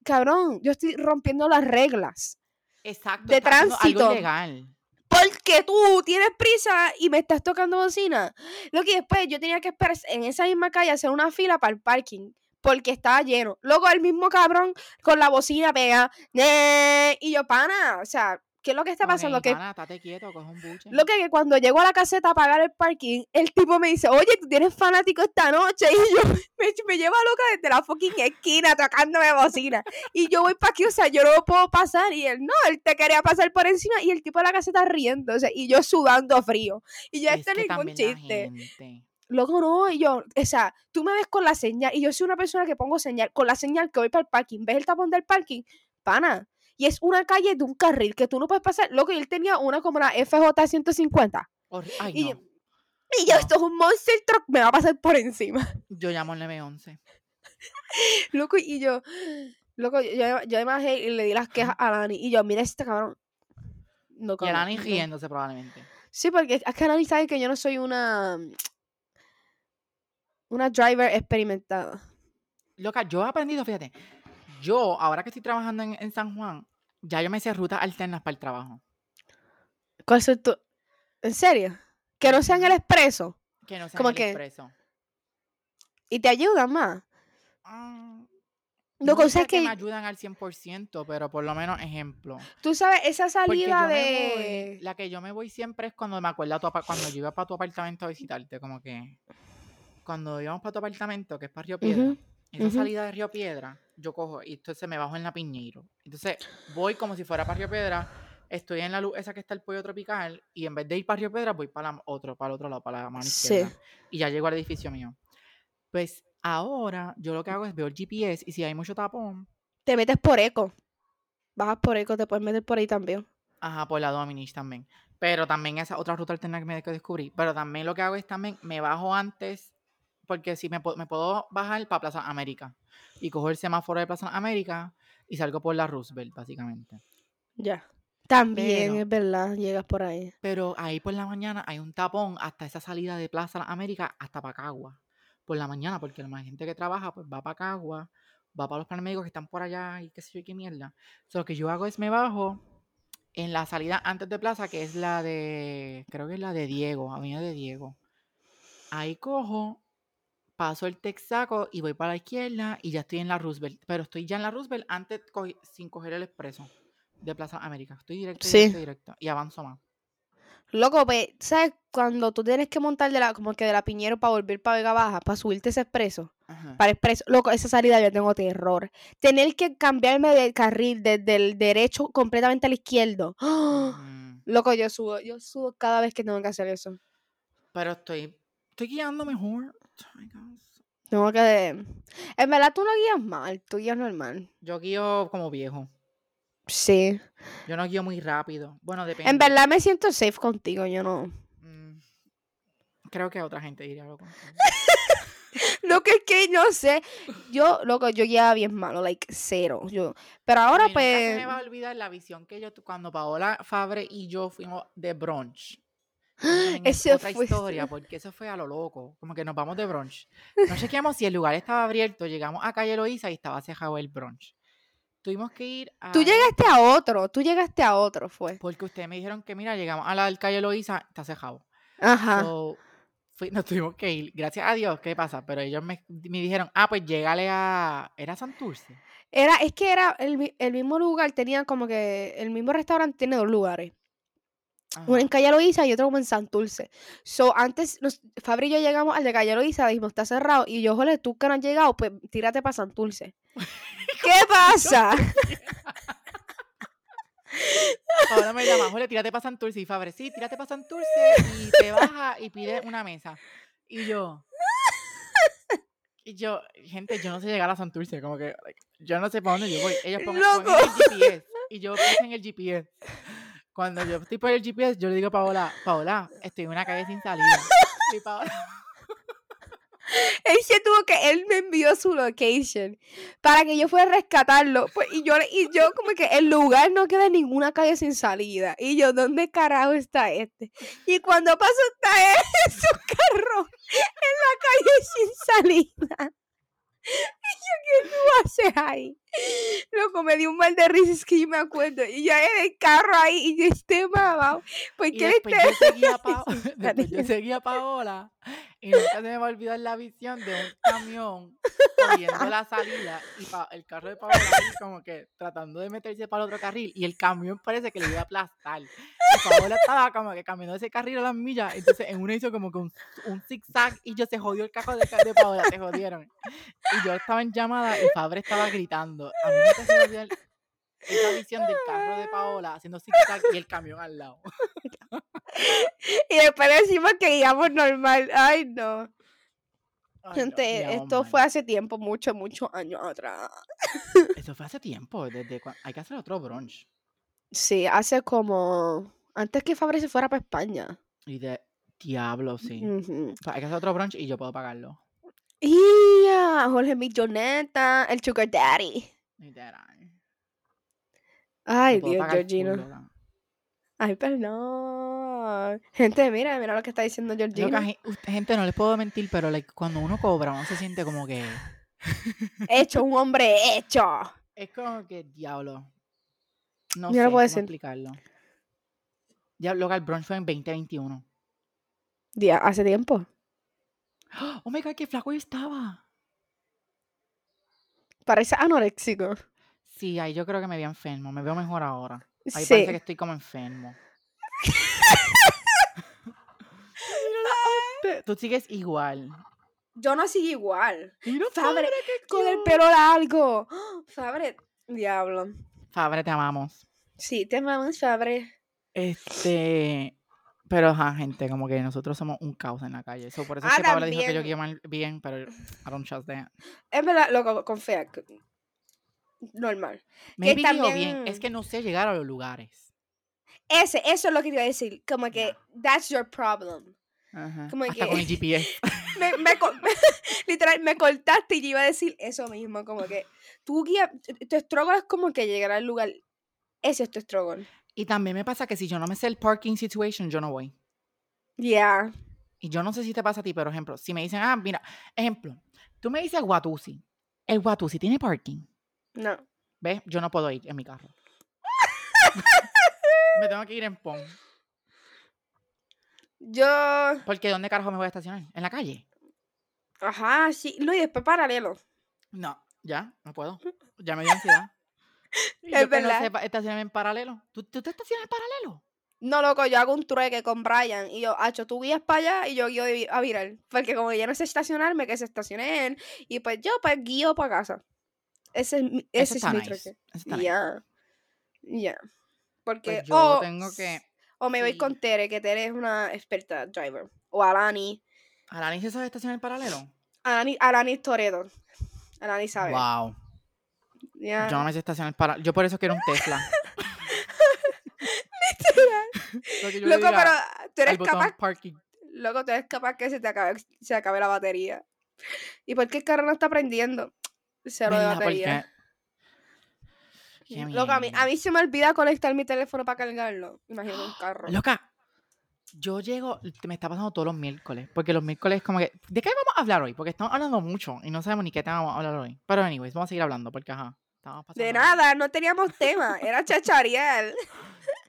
[SPEAKER 1] cabrón, yo estoy rompiendo las reglas.
[SPEAKER 2] Exacto.
[SPEAKER 1] de
[SPEAKER 2] está haciendo
[SPEAKER 1] tránsito.
[SPEAKER 2] Algo ilegal.
[SPEAKER 1] porque tú tienes prisa y me estás tocando bocina. Lo que después yo tenía que esperar en esa misma calle hacer una fila para el parking. Porque estaba lleno. Luego el mismo cabrón con la bocina pega. "Nee", Y yo, pana, o sea, ¿qué es lo que está pasando? Que,
[SPEAKER 2] Pana, estate quieto, coge un buche.
[SPEAKER 1] lo que, que cuando llego a la caseta a pagar el parking, el tipo me dice, oye, tú tienes fanático esta noche. [LAUGHS] Y yo me, me lleva loca desde la fucking esquina tocándome bocina. Y yo voy para aquí, o sea, yo no puedo pasar. Y él, no, él te quería pasar por encima. Y el tipo de la caseta riendo, o sea, y yo sudando frío. Y yo,
[SPEAKER 2] Es
[SPEAKER 1] esto
[SPEAKER 2] que
[SPEAKER 1] es ningún
[SPEAKER 2] también la
[SPEAKER 1] chiste.
[SPEAKER 2] gente.
[SPEAKER 1] Loco, no, y yo, o sea, tú me ves con la señal, y yo soy una persona que pongo señal, con la señal que voy para el parking, ves el tapón del parking, pana, y es una calle de un carril que tú no puedes pasar, loco, y él tenía una como la FJ150,
[SPEAKER 2] Horri- Ay,
[SPEAKER 1] Y yo-
[SPEAKER 2] no.
[SPEAKER 1] y yo,
[SPEAKER 2] No.
[SPEAKER 1] esto es un monster truck, me va a pasar por encima, [LAUGHS]
[SPEAKER 2] Yo llamo al 911.
[SPEAKER 1] loco, y yo, loco, yo, yo, yo me bajé y le di las quejas a Lani, y yo, mira este cabrón,
[SPEAKER 2] Y
[SPEAKER 1] no,
[SPEAKER 2] a
[SPEAKER 1] cabrón,
[SPEAKER 2] Lani
[SPEAKER 1] no.
[SPEAKER 2] riéndose probablemente.
[SPEAKER 1] Sí, porque es que Lani sabe que yo no soy una, una driver experimentada,
[SPEAKER 2] Loca, yo he aprendido, fíjate. Yo, ahora que estoy trabajando en, en San Juan, ya yo me hice rutas alternas para el trabajo.
[SPEAKER 1] ¿Cuál es tu...? ¿En serio? Que no sean el expreso
[SPEAKER 2] Que no sean
[SPEAKER 1] ¿Cómo
[SPEAKER 2] el
[SPEAKER 1] que?
[SPEAKER 2] expreso.
[SPEAKER 1] y te ayudan más.
[SPEAKER 2] Ah,
[SPEAKER 1] No,
[SPEAKER 2] nunca
[SPEAKER 1] cosas
[SPEAKER 2] que me
[SPEAKER 1] que
[SPEAKER 2] ayudan al 100%, pero por lo menos ejemplo.
[SPEAKER 1] tú sabes, esa
[SPEAKER 2] Porque
[SPEAKER 1] salida
[SPEAKER 2] yo me voy-
[SPEAKER 1] de...
[SPEAKER 2] la que yo me voy siempre es cuando me acuerdo a tu apa- cuando yo iba para tu apartamento a visitarte, como que cuando íbamos para tu apartamento, que es para Río Piedra,
[SPEAKER 1] Ujú,
[SPEAKER 2] esa
[SPEAKER 1] ujú.
[SPEAKER 2] salida de Río Piedra, yo cojo y entonces me bajo en la Piñeiro. Entonces voy como si fuera para Río Piedra, estoy en la luz esa que está el pollo tropical y en vez de ir para Río Piedra voy para la otro, para el otro lado, para la mano
[SPEAKER 1] Sí.
[SPEAKER 2] izquierda y ya llego al edificio mío. Pues ahora yo lo que hago es veo el GPS y si hay mucho tapón,
[SPEAKER 1] Te metes por eco. Bajas por eco, te puedes meter por ahí también.
[SPEAKER 2] Ajá, por la Dominic también. Pero también esa otra ruta alterna que me que descubrí. Pero también lo que hago es también me bajo antes, porque si me, pu- me puedo bajar para Plaza América y cojo el semáforo de Plaza América y salgo por la Roosevelt, básicamente.
[SPEAKER 1] Ya. También,
[SPEAKER 2] Pero-
[SPEAKER 1] es verdad, llegas por ahí.
[SPEAKER 2] Pero ahí por la mañana hay un tapón hasta esa salida de Plaza América hasta Pacagua. Por la mañana, porque la gente que trabaja pues va a Pacagua, va para los paramédicos que están por allá y qué sé yo qué mierda. So, lo que yo hago es me bajo en la salida antes de Plaza, que es la de, creo que es la de Diego, avenida de Diego. Ahí cojo, paso el Texaco y voy para la izquierda y ya estoy en la Roosevelt. Pero estoy ya en la Roosevelt antes co- sin coger el expreso de Plaza América. Estoy directo,
[SPEAKER 1] Sí.
[SPEAKER 2] directo, directo. Y avanzo más.
[SPEAKER 1] Loco, pues, ¿sabes? Cuando tú tienes que montar de la, como que de la Piñero para volver para Vega Baja, para subirte ese expreso,
[SPEAKER 2] Ajá.
[SPEAKER 1] para expreso, loco, esa salida yo tengo terror. Tener que cambiarme del carril, desde el derecho completamente al izquierdo. ¡Ah!
[SPEAKER 2] Ujú.
[SPEAKER 1] Loco, yo subo, yo subo cada vez que tengo que hacer eso.
[SPEAKER 2] Pero estoy, estoy guiando mejor.
[SPEAKER 1] Oh
[SPEAKER 2] Ay, Dios.
[SPEAKER 1] Tengo que. de- En verdad, tú no guías mal, tú guías normal.
[SPEAKER 2] Yo guío como viejo.
[SPEAKER 1] Sí.
[SPEAKER 2] Yo no guío muy rápido. Bueno, depende.
[SPEAKER 1] En verdad me siento safe contigo, yo no. [LAUGHS]
[SPEAKER 2] Mm, creo que otra gente diría lo contrario.
[SPEAKER 1] Lo que es que no sé. Yo, loco, yo guiaba bien malo, like cero. Yo. Pero ahora
[SPEAKER 2] A mí nunca se
[SPEAKER 1] pues.
[SPEAKER 2] me va a olvidar la visión que yo tu- cuando Paola Fabre y yo fuimos de
[SPEAKER 1] [GASPS]
[SPEAKER 2] brunch. Eso también es
[SPEAKER 1] Ese
[SPEAKER 2] otra
[SPEAKER 1] fuiste. [LAUGHS]
[SPEAKER 2] historia, porque eso fue a lo loco. Como que nos vamos de brunch. No chequeamos si el lugar estaba abierto. Llegamos a calle Loíza y estaba cerrado el brunch. Tuvimos que ir a.
[SPEAKER 1] Tú
[SPEAKER 2] ver-
[SPEAKER 1] llegaste a otro, tú llegaste a otro, fue. Ah.
[SPEAKER 2] Porque ustedes me dijeron que, mira, llegamos a la calle Loíza, está cerrado.
[SPEAKER 1] Ajá.
[SPEAKER 2] So, fui- nos tuvimos que ir. Gracias a Dios, ¿qué pasa? Pero ellos me, me dijeron, ah, pues llegale a. ¿Era Santurce?
[SPEAKER 1] Era, es que era el, mi- el mismo lugar, tenía como que el mismo restaurante tiene dos lugares.
[SPEAKER 2] Ajá.
[SPEAKER 1] Uno en Calle Loíza y otro como en Santurce. So, antes, nos, Fabri y yo llegamos al de Calle Loíza, dijimos, está cerrado. Y yo, jole, tú que no has llegado, pues tírate para Santurce. ¿Qué pasa?
[SPEAKER 2] Ahora me llama, Julio, tírate para Santurce. Y Fabre, sí, tírate para Santurce. Y te baja y pide una mesa. Y yo. Y yo, gente, yo no sé llegar a Santurce. Como que, like, yo no sé para dónde yo voy. Ellos pongan pongan
[SPEAKER 1] Loco.
[SPEAKER 2] el GPS. Y yo puse en el GPS. Cuando yo estoy por el GPS, yo le digo a Paola, Paola, estoy en una calle sin salida. Y Paola,
[SPEAKER 1] Él se tuvo que, él me envió su location para que yo fuera a rescatarlo. Pues, y yo, le- y yo como que el lugar no queda en ninguna calle sin salida. Y yo, ¿dónde carajo está este? Y cuando pasó está él en [LAUGHS] su carro en la calle sin salida. [LAUGHS] Y yo, ¿qué tú haces ahí? Loco, me dio un mal de risa, es que yo me acuerdo. Y ya en el carro ahí, y yo, este mamá, ¿por
[SPEAKER 2] y
[SPEAKER 1] qué le
[SPEAKER 2] después
[SPEAKER 1] está-
[SPEAKER 2] yo seguí a Pao-
[SPEAKER 1] sin
[SPEAKER 2] [LAUGHS] después yo
[SPEAKER 1] salida.
[SPEAKER 2] seguí a Paola y nunca se me va a olvidar la visión de un camión cogiendo la salida y Pa- el carro de Paola ahí como que tratando de meterse para el otro carril y el camión parece que le iba a aplastar. Y Paola estaba como que caminando ese carril a las millas, entonces en una hizo como que un, un zigzag y yo se jodió el carro de, de Paola, se jodieron. Y yo estaba en llamada y Fabre estaba gritando. A mí nunca se me va a olvidar esa visión del carro de Paola haciendo zigzag y el camión al lado.
[SPEAKER 1] Y después decimos que digamos normal. Ay, no.
[SPEAKER 2] Ay, no,
[SPEAKER 1] Gente,
[SPEAKER 2] digamos
[SPEAKER 1] esto
[SPEAKER 2] mal.
[SPEAKER 1] fue [LAUGHS] hace tiempo, muchos, muchos años atrás.
[SPEAKER 2] Eso fue hace tiempo, desde cua- hay que hacer otro brunch.
[SPEAKER 1] Sí, hace como. Antes que Fabri se fuera para España.
[SPEAKER 2] Y de diablo, sí.
[SPEAKER 1] Ujú.
[SPEAKER 2] O sea, hay que hacer otro brunch y yo puedo pagarlo.
[SPEAKER 1] Y a Jorge Milloneta, el Sugar Daddy.
[SPEAKER 2] Literal.
[SPEAKER 1] Ay,
[SPEAKER 2] Yo puedo
[SPEAKER 1] Dios,
[SPEAKER 2] pagar full,
[SPEAKER 1] Georgina.
[SPEAKER 2] loca.
[SPEAKER 1] Ay, perdón. Gente, mira, mira lo que está diciendo
[SPEAKER 2] Loca,
[SPEAKER 1] Georgina.
[SPEAKER 2] gen- ust- gente, no les puedo mentir, pero like, cuando uno cobra, uno se siente como
[SPEAKER 1] [LAUGHS]
[SPEAKER 2] que.
[SPEAKER 1] Hecho, un hombre hecho.
[SPEAKER 2] Es como que diablo. No sé
[SPEAKER 1] Yo no puedo
[SPEAKER 2] cómo
[SPEAKER 1] decir.
[SPEAKER 2] explicarlo. Diablo, loca, el brunch fue en 2021.
[SPEAKER 1] Día, hace tiempo.
[SPEAKER 2] [GASPS] Oh my god, qué flaco yo estaba.
[SPEAKER 1] Parece anoréxico.
[SPEAKER 2] Sí, ahí yo creo que me veo enfermo. Me veo mejor ahora. Ahí
[SPEAKER 1] sí.
[SPEAKER 2] parece
[SPEAKER 1] [LAUGHS]
[SPEAKER 2] que estoy como enfermo. Te- Tú sigues igual.
[SPEAKER 1] Yo no sigo igual.
[SPEAKER 2] Mira,
[SPEAKER 1] Fabre, con el pelo largo. [GASPS] Fabre, diablo.
[SPEAKER 2] Fabre, te amamos.
[SPEAKER 1] Sí, te amamos, Fabre.
[SPEAKER 2] Este. Pero, ajá, gente, como que nosotros somos un caos en la calle. So, por eso es
[SPEAKER 1] Ah,
[SPEAKER 2] que Paola dijo que yo
[SPEAKER 1] también.
[SPEAKER 2] quiero mal bien, pero I don't trust that.
[SPEAKER 1] Es verdad, loco, confía. que- Normal.
[SPEAKER 2] Maybe guío bien.
[SPEAKER 1] también-
[SPEAKER 2] Es que no sé llegar a los lugares.
[SPEAKER 1] Ese, eso es lo que te iba a decir. Como que, that's your problem.
[SPEAKER 2] Ajá.
[SPEAKER 1] Como
[SPEAKER 2] Hasta
[SPEAKER 1] que- [LAUGHS]
[SPEAKER 2] con el GPS.
[SPEAKER 1] Me, me co- [LAUGHS] literal, me cortaste y yo iba a decir eso mismo. Como que, tú guía, tu- tu struggle es como que llegar al lugar. Ese es tu struggle.
[SPEAKER 2] Y también me pasa que si yo no me sé el parking situation, yo no voy.
[SPEAKER 1] Yeah.
[SPEAKER 2] Y yo no sé si te pasa a ti, pero ejemplo, si me dicen, ah, mira, ejemplo, tú me dices Watusi. El Watusi tiene parking.
[SPEAKER 1] No.
[SPEAKER 2] ¿Ves? Yo no puedo ir en mi
[SPEAKER 1] [LAUGHS]
[SPEAKER 2] carro. me tengo que ir en PON.
[SPEAKER 1] Yo.
[SPEAKER 2] Porque ¿dónde carajo me voy a estacionar? ¿En la calle?
[SPEAKER 1] Ajá, sí. No, y después paralelo.
[SPEAKER 2] No, ya, no
[SPEAKER 1] [LAUGHS]
[SPEAKER 2] puedo. Ya me dio ansiedad. Y
[SPEAKER 1] Es
[SPEAKER 2] yo que no
[SPEAKER 1] verdad.
[SPEAKER 2] sepa estacionarme en paralelo. ¿Tú, tú te estacionas en paralelo?
[SPEAKER 1] No, loco, yo hago un trueque con Brian y yo, Acho, tú guías para allá y yo guío de vi- a virar. Porque como ya no sé estacionarme, que se estacione él. Y pues yo, pues guío para casa. Ese es, mi-
[SPEAKER 2] Eso
[SPEAKER 1] ese es
[SPEAKER 2] está
[SPEAKER 1] mi
[SPEAKER 2] nice.
[SPEAKER 1] trueque.
[SPEAKER 2] eso está
[SPEAKER 1] Ya.
[SPEAKER 2] nice.
[SPEAKER 1] Ya. Porque.
[SPEAKER 2] Pues yo
[SPEAKER 1] o,
[SPEAKER 2] tengo que...
[SPEAKER 1] o me voy
[SPEAKER 2] sí.
[SPEAKER 1] con Tere, que Tere es una experta driver. O Alani.
[SPEAKER 2] ¿Alani se sabe estacionar en paralelo?
[SPEAKER 1] Alani, Alani es Toreto. Alani sabe.
[SPEAKER 2] Wow.
[SPEAKER 1] Ya.
[SPEAKER 2] Yo no me sé estacionar en paralelo. Yo por eso quiero un
[SPEAKER 1] [LAUGHS]
[SPEAKER 2] Tesla. [LAUGHS] Lo que yo le
[SPEAKER 1] Loco,
[SPEAKER 2] diga
[SPEAKER 1] pero tú
[SPEAKER 2] al
[SPEAKER 1] eres
[SPEAKER 2] botón
[SPEAKER 1] capaz.
[SPEAKER 2] parking.
[SPEAKER 1] Loco, tú eres capaz que se te acabe, se acabe la batería. ¿Y por qué el carro no está prendiendo? Cero de
[SPEAKER 2] ¿Verdad? Porque-
[SPEAKER 1] batería.
[SPEAKER 2] Qué
[SPEAKER 1] Loco, a mí, a
[SPEAKER 2] mierda.
[SPEAKER 1] mí se me olvida conectar mi teléfono para cargarlo. Imagínate
[SPEAKER 2] [GASPS]
[SPEAKER 1] un carro.
[SPEAKER 2] Loca, yo llego, te- me está pasando todos los miércoles, porque los miércoles como que, ¿de qué vamos a hablar hoy? Porque estamos hablando mucho y no sabemos ni qué tema vamos a hablar hoy. Pero anyways, vamos a seguir hablando porque ajá, estamos pasando.
[SPEAKER 1] De
[SPEAKER 2] algo.
[SPEAKER 1] nada, no teníamos tema. Era chacharear.
[SPEAKER 2] [LAUGHS]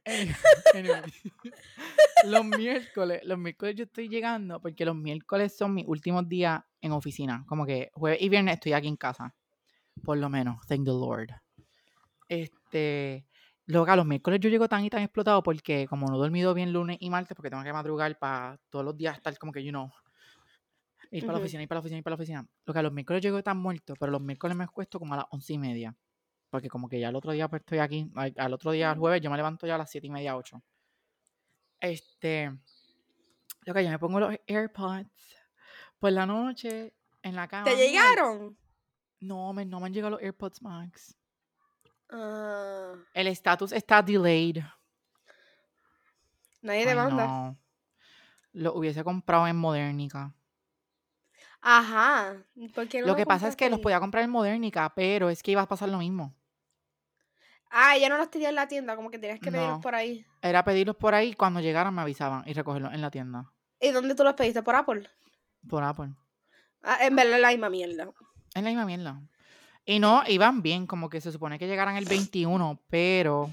[SPEAKER 2] Anyway, anyway. [LAUGHS] los miércoles, los miércoles yo estoy llegando porque los miércoles son mis últimos días en oficina. Como que jueves y viernes estoy aquí en casa. Por lo menos, thank the Lord. Este, loca, los miércoles yo llego tan y tan explotado porque como no he dormido bien lunes y martes porque tengo que madrugar para todos los días estar como que, you know, ir para la
[SPEAKER 1] Ujú.
[SPEAKER 2] oficina, ir para la oficina, ir para la oficina. Loca, los miércoles llego tan muerto, pero los miércoles me cuesto como a las once y media. Porque como que ya el otro día pues estoy aquí, al, al otro día, el jueves, yo me levanto ya a las siete y media, ocho. Este, loca, yo me pongo los AirPods por la noche en la cama.
[SPEAKER 1] ¿Te
[SPEAKER 2] mía, y-
[SPEAKER 1] llegaron?
[SPEAKER 2] No, me, no me han llegado los AirPods Max.
[SPEAKER 1] Ah,
[SPEAKER 2] El estatus está delayed.
[SPEAKER 1] nadie
[SPEAKER 2] Ay,
[SPEAKER 1] te manda.
[SPEAKER 2] no. Lo hubiese comprado en Modernica.
[SPEAKER 1] Ajá. ¿por qué no
[SPEAKER 2] lo que pasa es que los
[SPEAKER 1] compraste?
[SPEAKER 2] podía comprar en Modernica, pero es que iba a pasar lo mismo.
[SPEAKER 1] Ah, ya no los tenía en la tienda, como que tenías que pedirlos
[SPEAKER 2] No.
[SPEAKER 1] por ahí.
[SPEAKER 2] Era pedirlos por ahí, cuando llegaran me avisaban y recogerlos en la tienda,
[SPEAKER 1] ¿Y dónde tú los pediste? ¿Por Apple?
[SPEAKER 2] por Apple.
[SPEAKER 1] Ah, en verdad es la misma mierda.
[SPEAKER 2] Es la misma mierda. Y no, iban bien, como que se supone que llegaran el 21, pero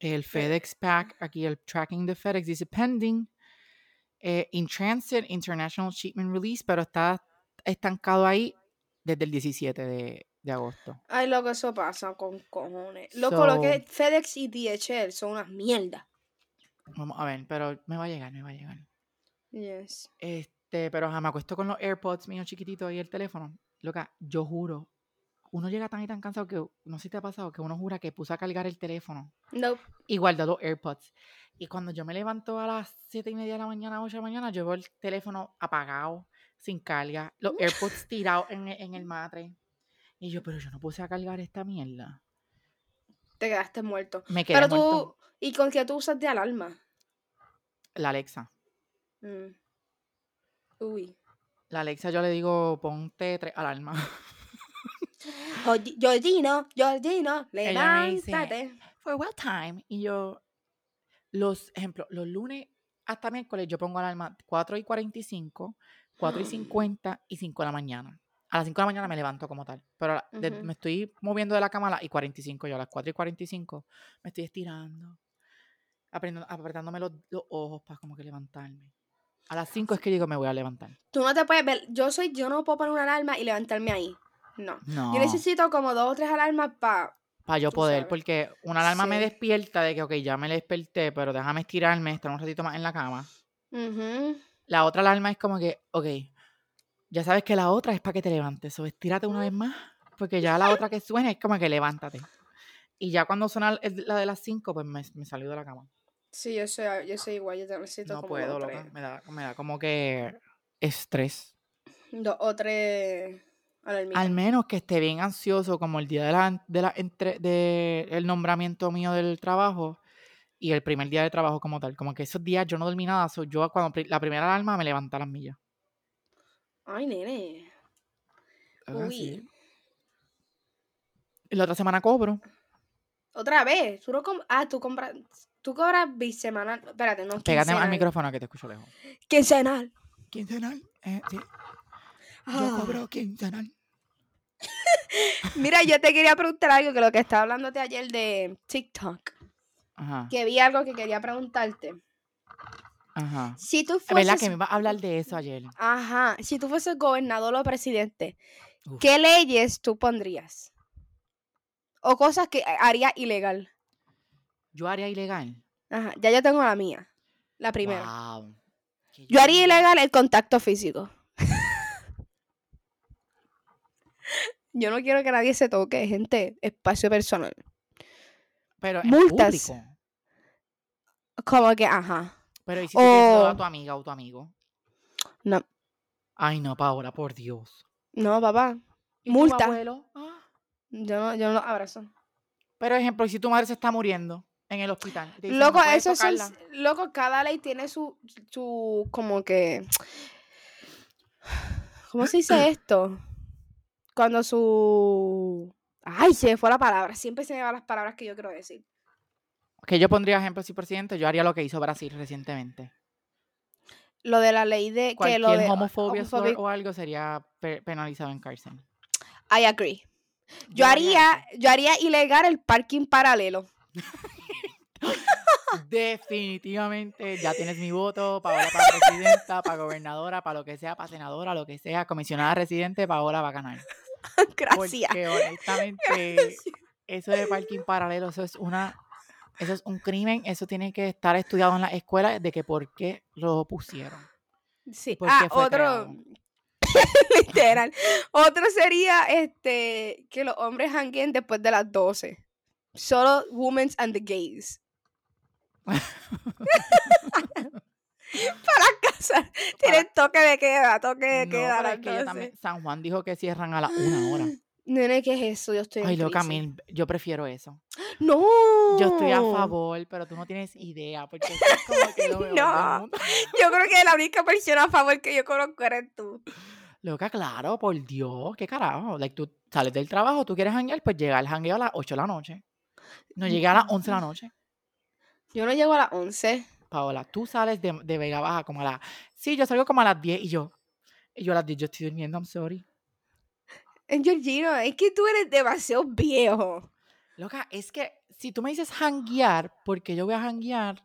[SPEAKER 2] el FedEx Pack, aquí el tracking de FedEx dice pending, eh, in transit, international shipment release, pero está estancado ahí desde el 17 de, de agosto.
[SPEAKER 1] Ay, loco, eso pasa con cojones. Loco, lo que es FedEx y DHL son unas mierdas.
[SPEAKER 2] Vamos a ver, pero me va a llegar, me va a llegar.
[SPEAKER 1] Yes.
[SPEAKER 2] Este, pero jamás me acuesto con los AirPods míos chiquititos y el teléfono. Loca, yo juro. Uno llega tan y tan cansado que, no sé si te ha pasado, que uno jura que puso a cargar el teléfono
[SPEAKER 1] No.
[SPEAKER 2] y guarda los AirPods. Y cuando yo me levanto a las siete y media de la mañana, 8 de la mañana, llevo el teléfono apagado, sin carga, los AirPods tirados en, el- en
[SPEAKER 1] [LAUGHS]
[SPEAKER 2] el matre. Y yo, pero yo no puse a cargar esta mierda.
[SPEAKER 1] Te quedaste muerto.
[SPEAKER 2] Me quedé
[SPEAKER 1] Pero
[SPEAKER 2] muerto.
[SPEAKER 1] tú. ¿Y con qué tú usas de alarma?
[SPEAKER 2] La Alexa.
[SPEAKER 1] Mm. Uy.
[SPEAKER 2] La Alexa yo le digo, ponte tres alarmas.
[SPEAKER 1] Jordi- Georgino, Georgino,
[SPEAKER 2] Ella me dice,
[SPEAKER 1] levántate.
[SPEAKER 2] for what time? Y yo, los, ejemplo, los lunes hasta miércoles yo pongo alarma 4 y 45,
[SPEAKER 1] [GASPS]
[SPEAKER 2] 4 y 50 y 5 de la mañana. A las 5 de la mañana me levanto como tal, pero a la- de-
[SPEAKER 1] Ujú.
[SPEAKER 2] me estoy moviendo de la cama a las y 45, yo a las 4 y 45 me estoy estirando, aprendiendo- apretándome los, los ojos para como que levantarme. A las 5 es que digo, me voy a levantar.
[SPEAKER 1] Tú no te puedes ver. Yo soy, yo no puedo poner una alarma y levantarme ahí. No.
[SPEAKER 2] No,
[SPEAKER 1] Yo necesito como dos o tres alarmas para.
[SPEAKER 2] para yo
[SPEAKER 1] tú
[SPEAKER 2] poder,
[SPEAKER 1] sabes.
[SPEAKER 2] porque una alarma me
[SPEAKER 1] Sí.
[SPEAKER 2] despierta de que, ok, ya me desperté, pero déjame estirarme, estar un ratito más en la cama. La otra alarma es como que, ok, ya sabes que la otra es para que te levantes, o estírate una vez más, porque ya la otra que suena es como que levántate. Y ya cuando suena el- la de las 5, pues me, me salgo de la cama.
[SPEAKER 1] Sí, yo soy, yo soy igual. Yo te necesito
[SPEAKER 2] No
[SPEAKER 1] como
[SPEAKER 2] puedo,
[SPEAKER 1] dos, o
[SPEAKER 2] loca.
[SPEAKER 1] tres,
[SPEAKER 2] Me da, me da como que estrés.
[SPEAKER 1] dos o tres alarmitas.
[SPEAKER 2] Al menos que esté bien ansioso, como el día de la, de la entre- de el nombramiento mío del trabajo y el primer día de trabajo como tal. Como que esos días yo no dormí nada. so yo cuando pri- la primera alarma me levanta a las millas.
[SPEAKER 1] Ay, nene.
[SPEAKER 2] Ah,
[SPEAKER 1] Uy.
[SPEAKER 2] sí. Y La otra semana cobro.
[SPEAKER 1] Otra vez. Tú no com- ah, tú compras. Tú cobras bisemanal. Espérate, no.
[SPEAKER 2] Pégate al
[SPEAKER 1] quincenal.
[SPEAKER 2] micrófono que te escucho lejos.
[SPEAKER 1] Quincenal. eh,
[SPEAKER 2] Quincenal.
[SPEAKER 1] Ah.
[SPEAKER 2] quincenal.
[SPEAKER 1] Mira, yo te quería preguntar algo que lo que estaba hablándote ayer de TikTok.
[SPEAKER 2] Ajá.
[SPEAKER 1] Que vi algo que quería preguntarte.
[SPEAKER 2] Ajá.
[SPEAKER 1] Si tú
[SPEAKER 2] Es verdad
[SPEAKER 1] fueses.
[SPEAKER 2] que me iba a hablar de eso ayer.
[SPEAKER 1] Ajá. Si tú fueses gobernador o presidente,
[SPEAKER 2] Uf.
[SPEAKER 1] ¿qué leyes tú pondrías? O cosas que eh, haría ilegal.
[SPEAKER 2] Yo haría ilegal.
[SPEAKER 1] Ajá. Ya yo tengo la mía. La primera.
[SPEAKER 2] Wow. Que
[SPEAKER 1] Yo haría ilegal el contacto físico. yo no quiero que nadie se toque, gente. Espacio personal.
[SPEAKER 2] Pero en
[SPEAKER 1] multas.
[SPEAKER 2] público.
[SPEAKER 1] Como que, ajá.
[SPEAKER 2] Pero ¿y si tú tienes
[SPEAKER 1] O-
[SPEAKER 2] a tu amiga o tu amigo?
[SPEAKER 1] No,
[SPEAKER 2] Ay, no, Paola, por Dios.
[SPEAKER 1] no papá.
[SPEAKER 2] ¿Y tu
[SPEAKER 1] Multa.
[SPEAKER 2] abuelo? Ah.
[SPEAKER 1] Yo no, yo no los abrazo.
[SPEAKER 2] Pero, ejemplo, ¿y si tu madre se está muriendo en el hospital? Y te dicen,
[SPEAKER 1] Loco,
[SPEAKER 2] "No puedes
[SPEAKER 1] eso son.
[SPEAKER 2] tocarla"?
[SPEAKER 1] Loco, cada ley tiene su. su como que. ¿Cómo se dice esto? Cuando su. Ay, se me fue la palabra. Siempre se me van las palabras que yo quiero decir.
[SPEAKER 2] Que yo pondría, ejemplo, si presidente, yo haría lo que hizo Brasil recientemente.
[SPEAKER 1] Lo de la ley de. Que lo
[SPEAKER 2] Cualquier
[SPEAKER 1] de
[SPEAKER 2] homofobia
[SPEAKER 1] homophobic-
[SPEAKER 2] o algo sería pe- penalizado en cárcel.
[SPEAKER 1] I agree. Yo haría, yo haría ilegal el parking paralelo.
[SPEAKER 2] eso.
[SPEAKER 1] ¡Ah!
[SPEAKER 2] Definitivamente ya tienes mi voto, Paola para presidenta, para gobernadora, para lo que sea, para senadora, lo que sea, comisionada residente, Paola va a
[SPEAKER 1] [LAUGHS]
[SPEAKER 2] ganar.
[SPEAKER 1] [LAUGHS] Gracias.
[SPEAKER 2] Porque
[SPEAKER 1] [LAUGHS]
[SPEAKER 2] honestamente, eso de parking paralelo, eso es una, eso es un crimen, eso tiene que estar estudiado en la escuela de que por qué lo pusieron.
[SPEAKER 3] Sí.
[SPEAKER 2] por
[SPEAKER 1] Ah,
[SPEAKER 2] qué fue
[SPEAKER 1] otro.
[SPEAKER 2] creado.
[SPEAKER 1] [LAUGHS] Literal. Otro sería este que los hombres hanguen después de las 12. Solo women and the gays. Para
[SPEAKER 2] [LAUGHS]
[SPEAKER 1] casa. Tienen toque de queda, toque de
[SPEAKER 2] No,
[SPEAKER 1] queda.
[SPEAKER 2] pero
[SPEAKER 1] a las
[SPEAKER 2] es que yo
[SPEAKER 1] 12.
[SPEAKER 2] también- San Juan dijo que cierran a las
[SPEAKER 1] [GASPS]
[SPEAKER 2] una hora.
[SPEAKER 1] Nene, ¿qué es eso? Yo estoy. en
[SPEAKER 2] Ay, loca,
[SPEAKER 1] crisis.
[SPEAKER 2] mil, yo prefiero eso.
[SPEAKER 1] No.
[SPEAKER 2] Yo estoy a favor, pero tú no tienes idea, porque eso es como que lo mejor del
[SPEAKER 1] No.
[SPEAKER 2] mundo.
[SPEAKER 1] [LAUGHS] Yo creo que la única persona a favor que yo conozco eres tú.
[SPEAKER 2] Loca, claro, por Dios, qué carajo. Like, tú sales del trabajo, tú quieres hanguear, pues llega el hangueo a las 8 de la noche. No llega a las 11 de la noche.
[SPEAKER 1] Yo no llego a las 11.
[SPEAKER 2] Paola, tú sales de, de Vega Baja como a las... Sí, yo salgo como a las 10 y yo... Y yo a las 10 yo estoy durmiendo, I'm sorry.
[SPEAKER 1] Eh, Georgino, es que tú eres demasiado viejo.
[SPEAKER 2] Loca, es que si tú me dices hanguear, porque yo voy a hanguear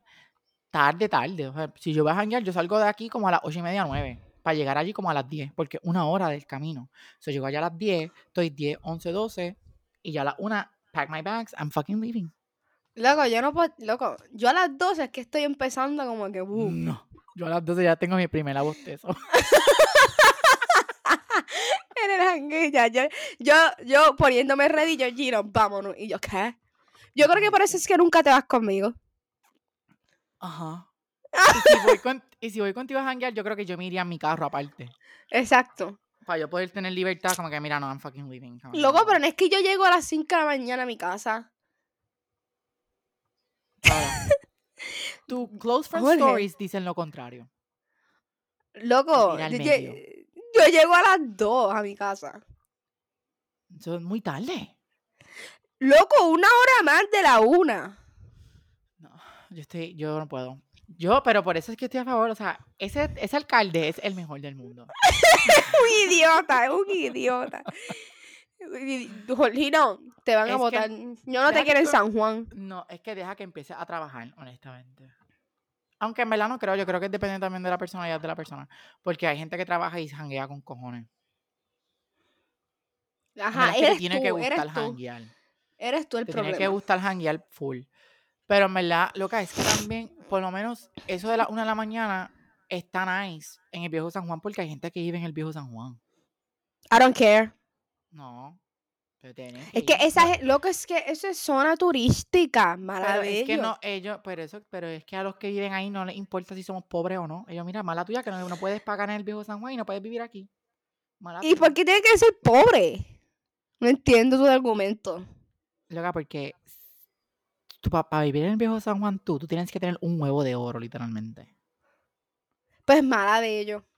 [SPEAKER 2] tarde, tarde. O sea, si yo voy a hanguear, yo salgo de aquí como a las ocho y media, nueve, para llegar allí como a las 10, porque una hora del camino. O sea, llego allá a las 10, estoy 10, 11, 12, y ya a las una, pack my bags, I'm fucking leaving.
[SPEAKER 1] Loco, yo no puedo. Loco, yo a las 12 es que estoy empezando como que. uh,
[SPEAKER 2] No, yo a las 12 ya tengo mi primera bostezo.
[SPEAKER 1] [LAUGHS]
[SPEAKER 2] [LAUGHS]
[SPEAKER 1] en el hangue, ya, ya. Yo, yo poniéndome ready, yo, Gino, vámonos. Y yo, ¿qué? Yo creo que por eso es que nunca te vas conmigo.
[SPEAKER 2] Ajá. Y si, voy con- y si voy contigo a hanguear, yo creo que yo me iría en mi carro aparte.
[SPEAKER 1] Exacto.
[SPEAKER 2] Para yo poder tener libertad, como que mira, no, I'm fucking leaving. como que
[SPEAKER 1] Loco,
[SPEAKER 2] no.
[SPEAKER 1] pero no es que yo llego a las 5 de la mañana a mi casa.
[SPEAKER 2] Ahora, tu close friend
[SPEAKER 1] Jorge.
[SPEAKER 2] stories dicen lo contrario.
[SPEAKER 1] Loco,
[SPEAKER 2] Tira al
[SPEAKER 1] yo, lle-
[SPEAKER 2] medio.
[SPEAKER 1] yo llego a las 2 a mi casa.
[SPEAKER 2] Eso es muy tarde.
[SPEAKER 1] Loco, una hora más de la una.
[SPEAKER 2] Yo estoy, yo no puedo. Yo, pero por eso es que estoy a favor. O sea, ese, ese alcalde es el mejor del mundo.
[SPEAKER 1] un idiota, es un idiota. Y- y- Jorgino, te van
[SPEAKER 2] Es
[SPEAKER 1] a
[SPEAKER 2] que-
[SPEAKER 1] votar. Yo no
[SPEAKER 2] deja
[SPEAKER 1] te
[SPEAKER 2] que
[SPEAKER 1] quiero en
[SPEAKER 2] tú-
[SPEAKER 1] San Juan.
[SPEAKER 2] No, es que deja que empiece a trabajar, honestamente. Aunque en verdad no creo, yo creo que depende también de la personalidad de la persona. Porque hay gente que trabaja y janguea con cojones. A
[SPEAKER 1] Ajá,
[SPEAKER 2] menos que te
[SPEAKER 1] eres
[SPEAKER 2] tiene
[SPEAKER 1] tú,
[SPEAKER 2] que gustar
[SPEAKER 1] eres tú.
[SPEAKER 2] janguear.
[SPEAKER 1] Eres tú el
[SPEAKER 2] Te
[SPEAKER 1] problema.
[SPEAKER 2] tiene que gustar janguear full. Pero en verdad, loca, es que también, por lo menos, eso de la una de la mañana está nice en el viejo San Juan porque hay gente que vive en el viejo San Juan.
[SPEAKER 1] I don't care.
[SPEAKER 2] No. Pero tienen
[SPEAKER 1] Es que
[SPEAKER 2] ir.
[SPEAKER 1] esa
[SPEAKER 2] No,
[SPEAKER 1] es, loco, es que eso es zona turística,
[SPEAKER 2] Pero
[SPEAKER 1] maravilloso.
[SPEAKER 2] es que no, ellos, pero eso, pero es que a los que viven ahí no les importa si somos pobres o no. Ellos, mira, mala tuya que no, no puedes pagar en el viejo San Juan y no puedes vivir aquí. Mala
[SPEAKER 1] ¿Y
[SPEAKER 2] tuya.
[SPEAKER 1] por qué tiene que ser pobre? No entiendo tu argumento.
[SPEAKER 2] Loca, porque para vivir en el viejo San Juan tú, tú tienes que tener un huevo de oro, literalmente.
[SPEAKER 1] Pues mala de ellos.
[SPEAKER 2] [LAUGHS]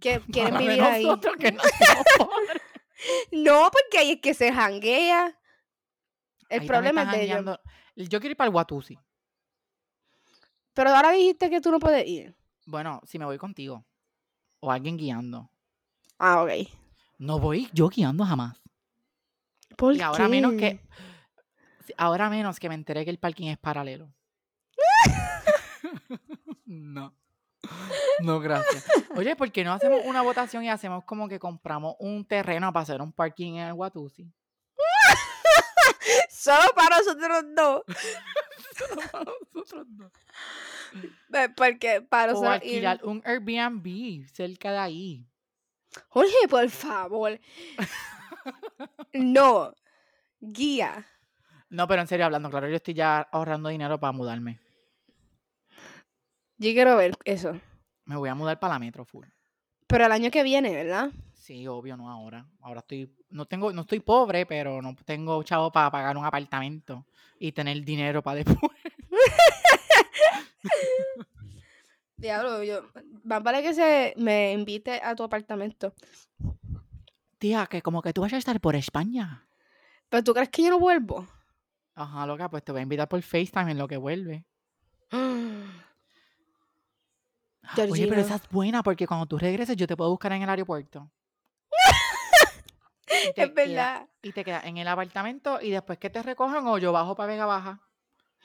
[SPEAKER 1] Que quieren
[SPEAKER 2] Mala de
[SPEAKER 1] vivir ahí.
[SPEAKER 2] nosotros que no somos pobres.
[SPEAKER 1] No, porque ahí es que se janguea. El
[SPEAKER 2] Ahí también
[SPEAKER 1] problema es
[SPEAKER 2] están
[SPEAKER 1] de ellos.
[SPEAKER 2] jangueando. Yo quiero ir para el Watusi.
[SPEAKER 1] Pero ahora dijiste que tú no puedes ir.
[SPEAKER 2] Bueno, si me voy contigo. O alguien guiando.
[SPEAKER 1] Ah, ok.
[SPEAKER 2] No voy yo guiando jamás.
[SPEAKER 1] ¿Por
[SPEAKER 2] Y ahora menos
[SPEAKER 1] qué?
[SPEAKER 2] que. si- Ahora menos que me enteré que el parking es paralelo. [LAUGHS] no. No, gracias. Oye, ¿por qué no hacemos una votación y hacemos como que compramos un terreno para hacer un parking en el
[SPEAKER 1] [LAUGHS]
[SPEAKER 2] Watusi?
[SPEAKER 1] Solo para nosotros dos.
[SPEAKER 2] Nosotros no.
[SPEAKER 1] Eh, Porque
[SPEAKER 2] O
[SPEAKER 1] para nosotros ir-
[SPEAKER 2] alquilar un Airbnb cerca de ahí.
[SPEAKER 1] Jorge, por favor. no. Guía.
[SPEAKER 2] No, pero en serio, hablando claro, yo estoy ya ahorrando dinero para mudarme.
[SPEAKER 1] Yo quiero ver eso.
[SPEAKER 2] Me voy a mudar para la Metro Full.
[SPEAKER 1] Pero el año que viene, ¿verdad?
[SPEAKER 2] Sí, obvio, no ahora. Ahora estoy, no tengo, no estoy pobre, pero no tengo chavo para pagar un apartamento y tener dinero para después.
[SPEAKER 1] Diablo, yo. Más vale que se me invite a tu apartamento.
[SPEAKER 2] [LAUGHS] Tía, que como que tú vas a estar por España.
[SPEAKER 1] Pero tú crees que yo
[SPEAKER 2] [GASPS]
[SPEAKER 1] no vuelvo.
[SPEAKER 2] Ajá, loca, pues te voy a invitar por FaceTime en lo que vuelve. Oye, pero
[SPEAKER 1] Georgina.
[SPEAKER 2] esa es buena porque cuando tú regreses yo te puedo buscar en el aeropuerto. [LAUGHS] Y te
[SPEAKER 1] es
[SPEAKER 2] queda-
[SPEAKER 1] verdad.
[SPEAKER 2] y te quedas en el apartamento y después que te recojan o yo bajo para Vega Baja.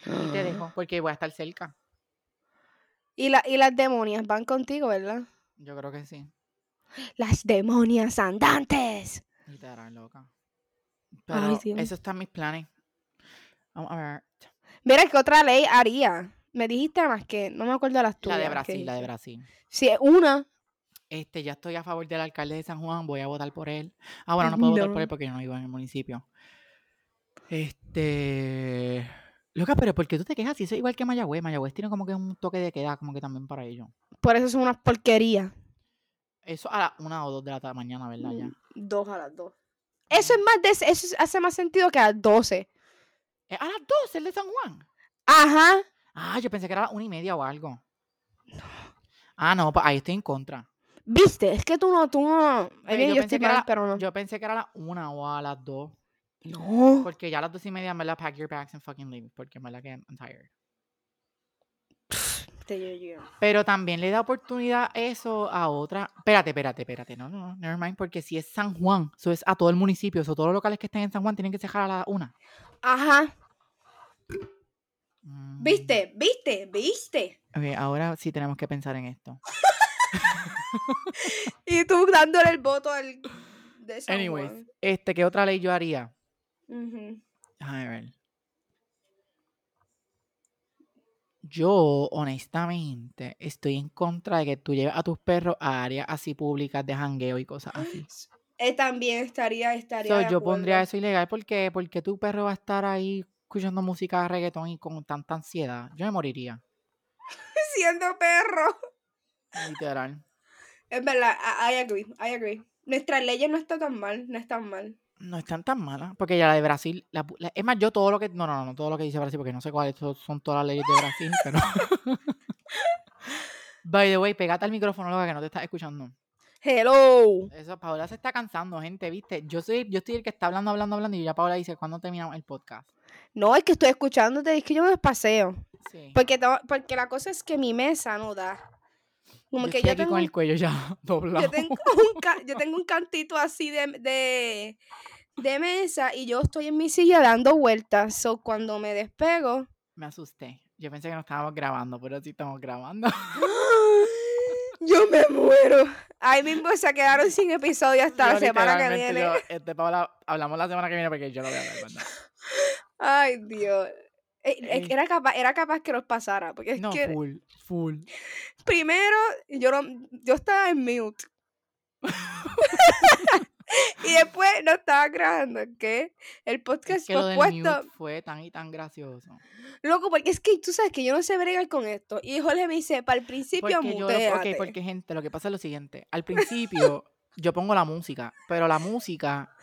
[SPEAKER 2] Y te dejo, porque voy a estar cerca.
[SPEAKER 1] Y, la, y las demonias van contigo, ¿verdad?
[SPEAKER 2] Yo creo que sí.
[SPEAKER 1] Las demonias andantes.
[SPEAKER 2] Y te harán loca.
[SPEAKER 1] Ay,
[SPEAKER 2] Pero
[SPEAKER 1] Dios.
[SPEAKER 2] eso está en mis planes. Vamos a ver.
[SPEAKER 1] Mira, ¿qué otra ley haría? Me dijiste más que, no me acuerdo las
[SPEAKER 2] La
[SPEAKER 1] tuyas.
[SPEAKER 2] de
[SPEAKER 1] que
[SPEAKER 2] Brasil, la de
[SPEAKER 1] dijiste.
[SPEAKER 2] Brasil.
[SPEAKER 1] Sí, es una.
[SPEAKER 2] Este, ya estoy a favor del alcalde de San Juan, voy a votar por él. Ah, bueno, no puedo votar por él
[SPEAKER 1] No.
[SPEAKER 2] porque yo no vivo en el municipio. Este. Loca, pero ¿por qué tú te quejas? Si eso es igual que Mayagüez. Mayagüez tiene como que un toque de queda, como que también para ellos.
[SPEAKER 1] Por eso son unas porquerías.
[SPEAKER 2] Eso a las una o dos de la ta- mañana, ¿verdad? Ya.
[SPEAKER 1] Mm, Dos a las dos. Eso es más de, eso es- hace más sentido que a las 12.
[SPEAKER 2] Eh, a las dos, el de San Juan.
[SPEAKER 1] Ajá.
[SPEAKER 2] Ah, yo pensé que era a las una y media o algo. Ah, no, pa- ahí estoy en contra.
[SPEAKER 1] Viste, es que tú no, tú no. es
[SPEAKER 2] Pero
[SPEAKER 1] que
[SPEAKER 2] yo pensé
[SPEAKER 1] yo, estoy
[SPEAKER 2] que era-
[SPEAKER 1] mal, pero no.
[SPEAKER 2] Yo pensé que era a las una o a las dos.
[SPEAKER 1] No.
[SPEAKER 2] Porque ya a las dos y media me la pack your bags and fucking leave. Porque me la que I'm tired.
[SPEAKER 1] Te- yo- yo-
[SPEAKER 2] Pero también le da oportunidad eso a otra. Espérate, espérate, espérate. No, no, no, never mind. Porque si es San Juan, eso es a todo el municipio. Eso todos los locales que estén en San Juan tienen que cerrar a la una.
[SPEAKER 1] Ajá.
[SPEAKER 2] Mm,
[SPEAKER 1] Viste, viste, viste.
[SPEAKER 2] Ok, ahora sí tenemos que pensar en esto.
[SPEAKER 1] Y tú dándole el voto al. De San
[SPEAKER 2] Anyways,
[SPEAKER 1] Juan.
[SPEAKER 2] este, ¿qué otra ley yo haría?
[SPEAKER 1] Ujú.
[SPEAKER 2] A ver. Yo, honestamente, estoy en contra de que tú lleves a tus perros a áreas así públicas de jangueo y cosas así.
[SPEAKER 1] Eh, también estaría, estaría.
[SPEAKER 2] So,
[SPEAKER 1] de
[SPEAKER 2] yo pondría
[SPEAKER 1] acuerdo.
[SPEAKER 2] eso ilegal porque, porque tu perro va a estar ahí escuchando música de reggaetón y con tanta ansiedad. Yo me moriría.
[SPEAKER 1] [LAUGHS] Siendo perro.
[SPEAKER 2] Literal.
[SPEAKER 1] Es verdad, I, I agree, I agree. Nuestras leyes no están tan mal, no están mal.
[SPEAKER 2] No están tan malas. Porque ya la de Brasil. la pu- la- es más, yo todo lo que. No, no, no, no, todo lo que dice Brasil, porque no sé cuáles son- son todas las leyes de Brasil, pero.
[SPEAKER 1] [LAUGHS]
[SPEAKER 2] [LAUGHS] By the way, pegate al micrófono, loca, que no te estás escuchando.
[SPEAKER 1] Hello.
[SPEAKER 2] Eso, Paola se está cansando, gente, ¿viste? Yo soy, yo estoy el que está hablando, hablando, hablando, y ya Paola dice, ¿cuándo terminamos el podcast?
[SPEAKER 1] No, es que estoy escuchándote, es que yo me despaseo.
[SPEAKER 2] Sí.
[SPEAKER 1] Porque, tengo- porque la cosa es que mi mesa no da. Como
[SPEAKER 2] yo
[SPEAKER 1] que
[SPEAKER 2] estoy
[SPEAKER 1] yo
[SPEAKER 2] aquí
[SPEAKER 1] tengo,
[SPEAKER 2] con
[SPEAKER 1] un-
[SPEAKER 2] el cuello ya [LAUGHS] doblado.
[SPEAKER 1] yo, tengo un ca- yo tengo un cantito así de, de, de mesa y yo estoy en mi silla dando vueltas. So, cuando
[SPEAKER 2] [GASPS]
[SPEAKER 1] me despego.
[SPEAKER 2] Me asusté. Yo pensé que no estábamos grabando, pero sí estamos grabando. [LAUGHS]
[SPEAKER 1] Yo me muero. Ahí mismo se quedaron sin episodio hasta
[SPEAKER 2] Yo
[SPEAKER 1] la semana que
[SPEAKER 2] literalmente,
[SPEAKER 1] viene.
[SPEAKER 2] yo, este, Paola, hablamos la semana que viene porque yo lo voy a hablar, [LAUGHS] ¿verdad?
[SPEAKER 1] Ay, Dios. Eh, eh,
[SPEAKER 2] Eh.
[SPEAKER 1] Era capaz, era capaz que nos pasara, porque es
[SPEAKER 2] No,
[SPEAKER 1] que
[SPEAKER 2] full, full.
[SPEAKER 1] primero yo, no- yo estaba en
[SPEAKER 2] [LAUGHS]
[SPEAKER 1] mute. y después no estaba grabando, ¿qué? El podcast
[SPEAKER 2] Es que lo
[SPEAKER 1] fue
[SPEAKER 2] del
[SPEAKER 1] puesto.
[SPEAKER 2] mute fue tan y tan gracioso.
[SPEAKER 1] Loco, porque es que tú sabes que yo no sé bregar con esto. Y Jorge me dice, para el principio
[SPEAKER 2] Porque yo, lo- ok,
[SPEAKER 1] muteate".
[SPEAKER 2] porque gente, lo que pasa es lo siguiente. Al principio yo pongo la música, pero la música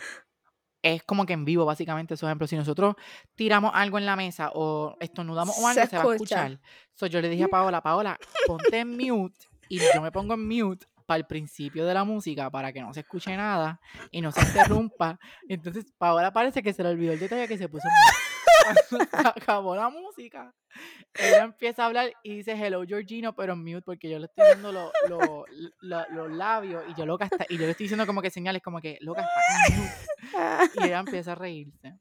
[SPEAKER 2] es como que en vivo, básicamente. Por ejemplo, si nosotros tiramos algo en la mesa o estornudamos o algo,
[SPEAKER 1] Se
[SPEAKER 2] se, va a
[SPEAKER 1] escucha. Mm.
[SPEAKER 2] escuchar. So, yo le dije a Paola, Paola, ponte en mute y yo me pongo en mute para el principio de la música para que no se escuche nada y no se interrumpa. Entonces, Paola parece que se le olvidó el detalle que se puso en mute. [LAUGHS] Cuando se acabó la música ella empieza a hablar y dice hello Georgino, pero en mute, porque yo le estoy viendo lo- lo- lo- los labios y yo loca está, y yo le estoy diciendo como que señales como que loca está en mute",
[SPEAKER 1] Ah,
[SPEAKER 2] Y ella empieza a reírse.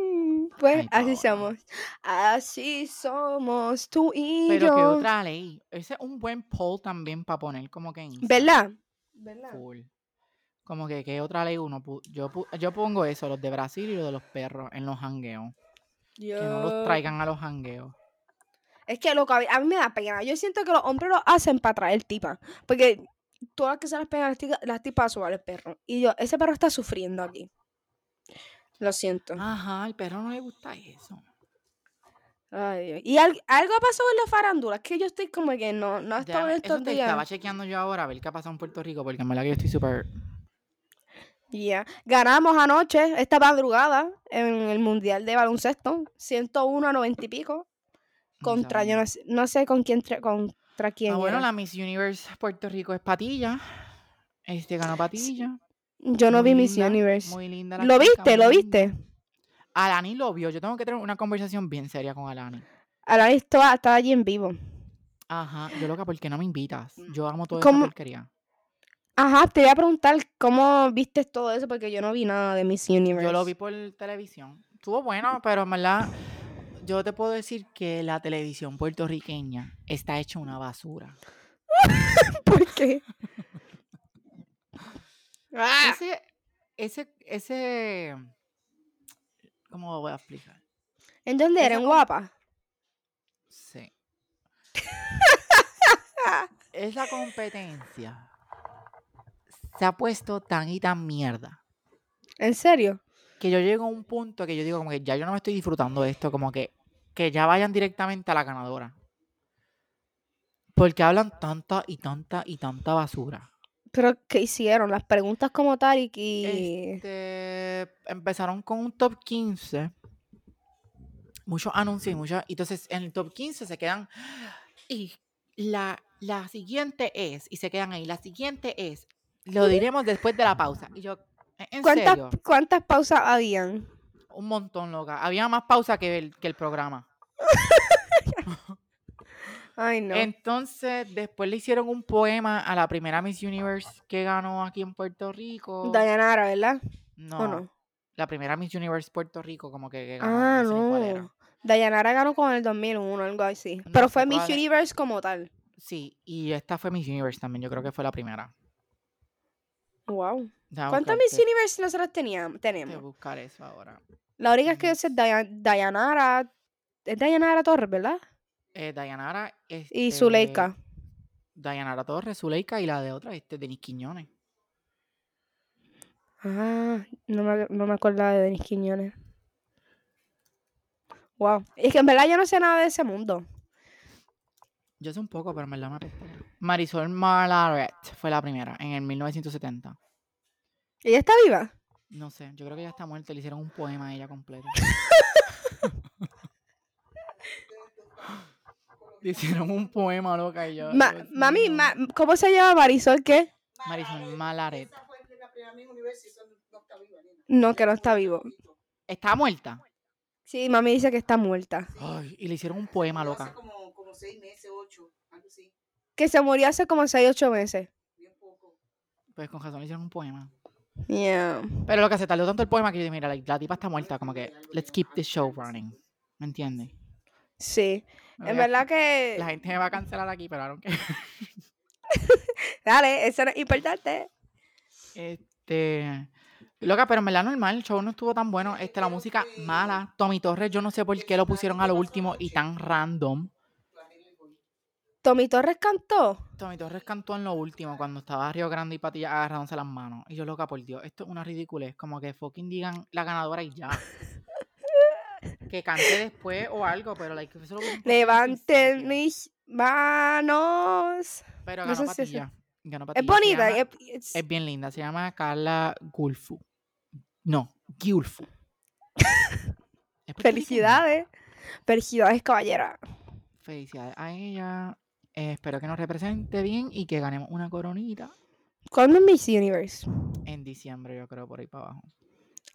[SPEAKER 1] mm, Pues
[SPEAKER 2] Ay,
[SPEAKER 1] así
[SPEAKER 2] Paola.
[SPEAKER 1] somos. Así somos tú [LAUGHS] y
[SPEAKER 2] Pero que
[SPEAKER 1] yo.
[SPEAKER 2] otra ley. Ese es un buen poll también para poner como que en Instagram,
[SPEAKER 1] ¿Verdad? ¿Verdad?
[SPEAKER 2] full. Como que qué otra ley uno pu- yo pu- yo pongo eso, los de Brasil y los de los perros en los hangueos. Que no los
[SPEAKER 1] Yo-
[SPEAKER 2] traigan a los hangueos.
[SPEAKER 1] Es que loco, a mí, a mí me da pena. Yo siento que los hombres lo hacen para traer tipa. Porque todas las que se las pegan las, tica- las tipas a su al perro. Y yo, ese perro está sufriendo aquí. Lo siento.
[SPEAKER 2] Ajá, al perro no le gusta eso.
[SPEAKER 1] Ay, Dios. Y al- algo ha pasado en la farándula. Es que yo estoy como que no, no
[SPEAKER 2] Ya,
[SPEAKER 1] he estado en
[SPEAKER 2] eso
[SPEAKER 1] estos
[SPEAKER 2] te
[SPEAKER 1] días.
[SPEAKER 2] estaba chequeando yo ahora a ver qué ha pasado en Puerto Rico, porque en verdad que yo estoy súper
[SPEAKER 1] Ya. Ganamos anoche, esta madrugada, en el Mundial de Baloncesto. 101 a 90 y pico. Contra, yo
[SPEAKER 2] sabía.
[SPEAKER 1] no sé, no sé con quién, tra- contra quién.
[SPEAKER 2] Ah, bueno,
[SPEAKER 1] era.
[SPEAKER 2] la Miss Universe Puerto Rico es Patilla. Este ganó Patilla.
[SPEAKER 1] Yo no vi
[SPEAKER 2] Muy
[SPEAKER 1] Miss
[SPEAKER 2] linda,
[SPEAKER 1] Universe.
[SPEAKER 2] Muy linda la
[SPEAKER 1] ¿Lo
[SPEAKER 2] chica,
[SPEAKER 1] viste?
[SPEAKER 2] muy
[SPEAKER 1] ¿Lo
[SPEAKER 2] linda.
[SPEAKER 1] viste?
[SPEAKER 2] Alani lo vio. Yo tengo que tener una conversación bien seria con Alani.
[SPEAKER 1] Ahora estaba, estaba allí en vivo.
[SPEAKER 2] Ajá. Yo loca, ¿por qué no me invitas? Yo amo toda
[SPEAKER 1] Mm. ¿Cómo?
[SPEAKER 2] esa porquería.
[SPEAKER 1] Ajá, te voy a preguntar cómo viste todo eso porque yo no vi nada de Miss Universe.
[SPEAKER 2] Yo lo vi por televisión. Estuvo bueno, pero en verdad. yo te puedo decir que la televisión puertorriqueña está hecha una basura.
[SPEAKER 1] [LAUGHS] ¿Por qué? Ah,
[SPEAKER 2] Ese, ese, ese, ¿cómo lo voy a explicar?
[SPEAKER 1] ¿En dónde
[SPEAKER 2] esa
[SPEAKER 1] eran
[SPEAKER 2] com-
[SPEAKER 1] guapa? [LAUGHS]
[SPEAKER 2] Sí. Esa competencia se ha puesto tan y tan mierda
[SPEAKER 1] ¿En serio?
[SPEAKER 2] que yo llego a un punto que yo digo como que ya yo no me estoy disfrutando de esto, como que, que ya vayan directamente a la ganadora. Porque hablan tanta y tanta y tanta basura.
[SPEAKER 1] Pero ¿qué hicieron? Las preguntas como tal y... que-
[SPEAKER 2] Este, empezaron con un top 15. Muchos anuncios y muchas. Entonces, en el top 15 se quedan. Y la, la siguiente es. Y se quedan ahí. La siguiente es. Lo diremos después de la pausa. Y yo. "¿E- En
[SPEAKER 1] ¿Cuántas,
[SPEAKER 2] serio,
[SPEAKER 1] ¿Cuántas pausas habían?
[SPEAKER 2] un montón, loca. Había más pausa que el, que el programa.
[SPEAKER 1] Ay, no.
[SPEAKER 2] Entonces, después le hicieron un poema a la primera Miss Universe que ganó aquí en Puerto Rico.
[SPEAKER 1] Dayanara, ¿verdad? ¿O
[SPEAKER 2] No,
[SPEAKER 1] no?
[SPEAKER 2] la primera Miss Universe Puerto Rico, como que, que ganó.
[SPEAKER 1] Ah,
[SPEAKER 2] no sé ni cuál era.
[SPEAKER 1] no. Dayanara ganó con el 2001, algo así.
[SPEAKER 2] No
[SPEAKER 1] Pero
[SPEAKER 2] sé
[SPEAKER 1] fue Miss
[SPEAKER 2] cuál es.
[SPEAKER 1] Universe como tal.
[SPEAKER 2] Sí, y esta fue Miss Universe también, yo creo que fue la primera.
[SPEAKER 1] Wow.
[SPEAKER 2] Déjame
[SPEAKER 1] ¿Cuántas
[SPEAKER 2] buscar-
[SPEAKER 1] Miss
[SPEAKER 2] te-
[SPEAKER 1] Universe nosotros teníamos?
[SPEAKER 2] te
[SPEAKER 1] tenemos?
[SPEAKER 2] buscar eso ahora.
[SPEAKER 1] La única que
[SPEAKER 2] Ujú.
[SPEAKER 1] es Daya- Dayanara. Es Dayanara Torres, ¿verdad?
[SPEAKER 2] Eh, Dayanara.
[SPEAKER 1] Y
[SPEAKER 2] este,
[SPEAKER 1] Zuleika.
[SPEAKER 2] Dayanara Torres, Zuleika y la de otra, este, Denis Quiñones.
[SPEAKER 1] Ah, no me, no me acordaba de Denis Quiñones. Wow. Es que en verdad yo no sé nada de ese mundo.
[SPEAKER 2] Yo sé un poco, pero me la me apesta. Marisol Malaret fue la primera, en el 1970.
[SPEAKER 1] ¿Ella está viva?
[SPEAKER 2] No sé, yo creo que ella está muerta, le hicieron un poema a ella completo. [LAUGHS] le hicieron un poema, loca, y yo.
[SPEAKER 1] Ma-
[SPEAKER 2] Dios
[SPEAKER 1] mami,
[SPEAKER 2] mío.
[SPEAKER 1] ma- ¿cómo se llama Marisol? ¿Qué?
[SPEAKER 2] Marisol Malaret.
[SPEAKER 1] No, que no está vivo.
[SPEAKER 2] Está muerta.
[SPEAKER 1] Sí, mami dice que está muerta.
[SPEAKER 2] Ay, y le hicieron un poema,
[SPEAKER 3] Murió
[SPEAKER 2] loca.
[SPEAKER 3] Hace como, como seis meses, ocho, algo así,
[SPEAKER 1] Que se murió hace como 6, 8 meses.
[SPEAKER 3] bien poco.
[SPEAKER 2] Pues con razón le hicieron un poema.
[SPEAKER 1] Yeah.
[SPEAKER 2] Pero lo que se tardó tanto el poema que yo dije, mira, la, la tipa está muerta, como que, let's keep the show running. ¿Me entiendes?
[SPEAKER 1] Sí.
[SPEAKER 2] Como
[SPEAKER 1] En
[SPEAKER 2] que
[SPEAKER 1] verdad que.
[SPEAKER 2] Ah, La gente me va a cancelar aquí, pero ahora que.
[SPEAKER 1] Dale, eso no es importante.
[SPEAKER 2] Este. Loca, pero en verdad normal, el show no estuvo tan bueno. Este, la música mala. Tommy Torres, yo no sé por qué lo pusieron a lo último y tan random.
[SPEAKER 1] Tommy Torres cantó.
[SPEAKER 2] Tommy Torres cantó en lo último cuando estaba Río Grande y Patilla agarrándose las manos. Y yo, loca, por Dios, esto es una ridícula. Es como que fucking digan la ganadora y ya. que cante después o algo, pero like, eso lo pusieron por
[SPEAKER 1] Levanten
[SPEAKER 2] circunstancia.
[SPEAKER 1] mis manos.
[SPEAKER 2] Pero
[SPEAKER 1] no
[SPEAKER 2] ganó
[SPEAKER 1] sé si es-
[SPEAKER 2] Patilla. ganó
[SPEAKER 1] Es
[SPEAKER 2] Patilla. Se
[SPEAKER 1] bonita.
[SPEAKER 2] llama-
[SPEAKER 1] Es,
[SPEAKER 2] Es,
[SPEAKER 1] es-
[SPEAKER 2] bien linda. Se llama Carla Gulfu. No, Gulfu. Es puertorriqueña.
[SPEAKER 1] felicidades. Felicidades, caballera.
[SPEAKER 2] Felicidades a ella. Eh, espero que nos represente bien y que ganemos una coronita
[SPEAKER 1] ¿Cuándo es Miss Universe?
[SPEAKER 2] en diciembre, yo creo, por ahí para abajo.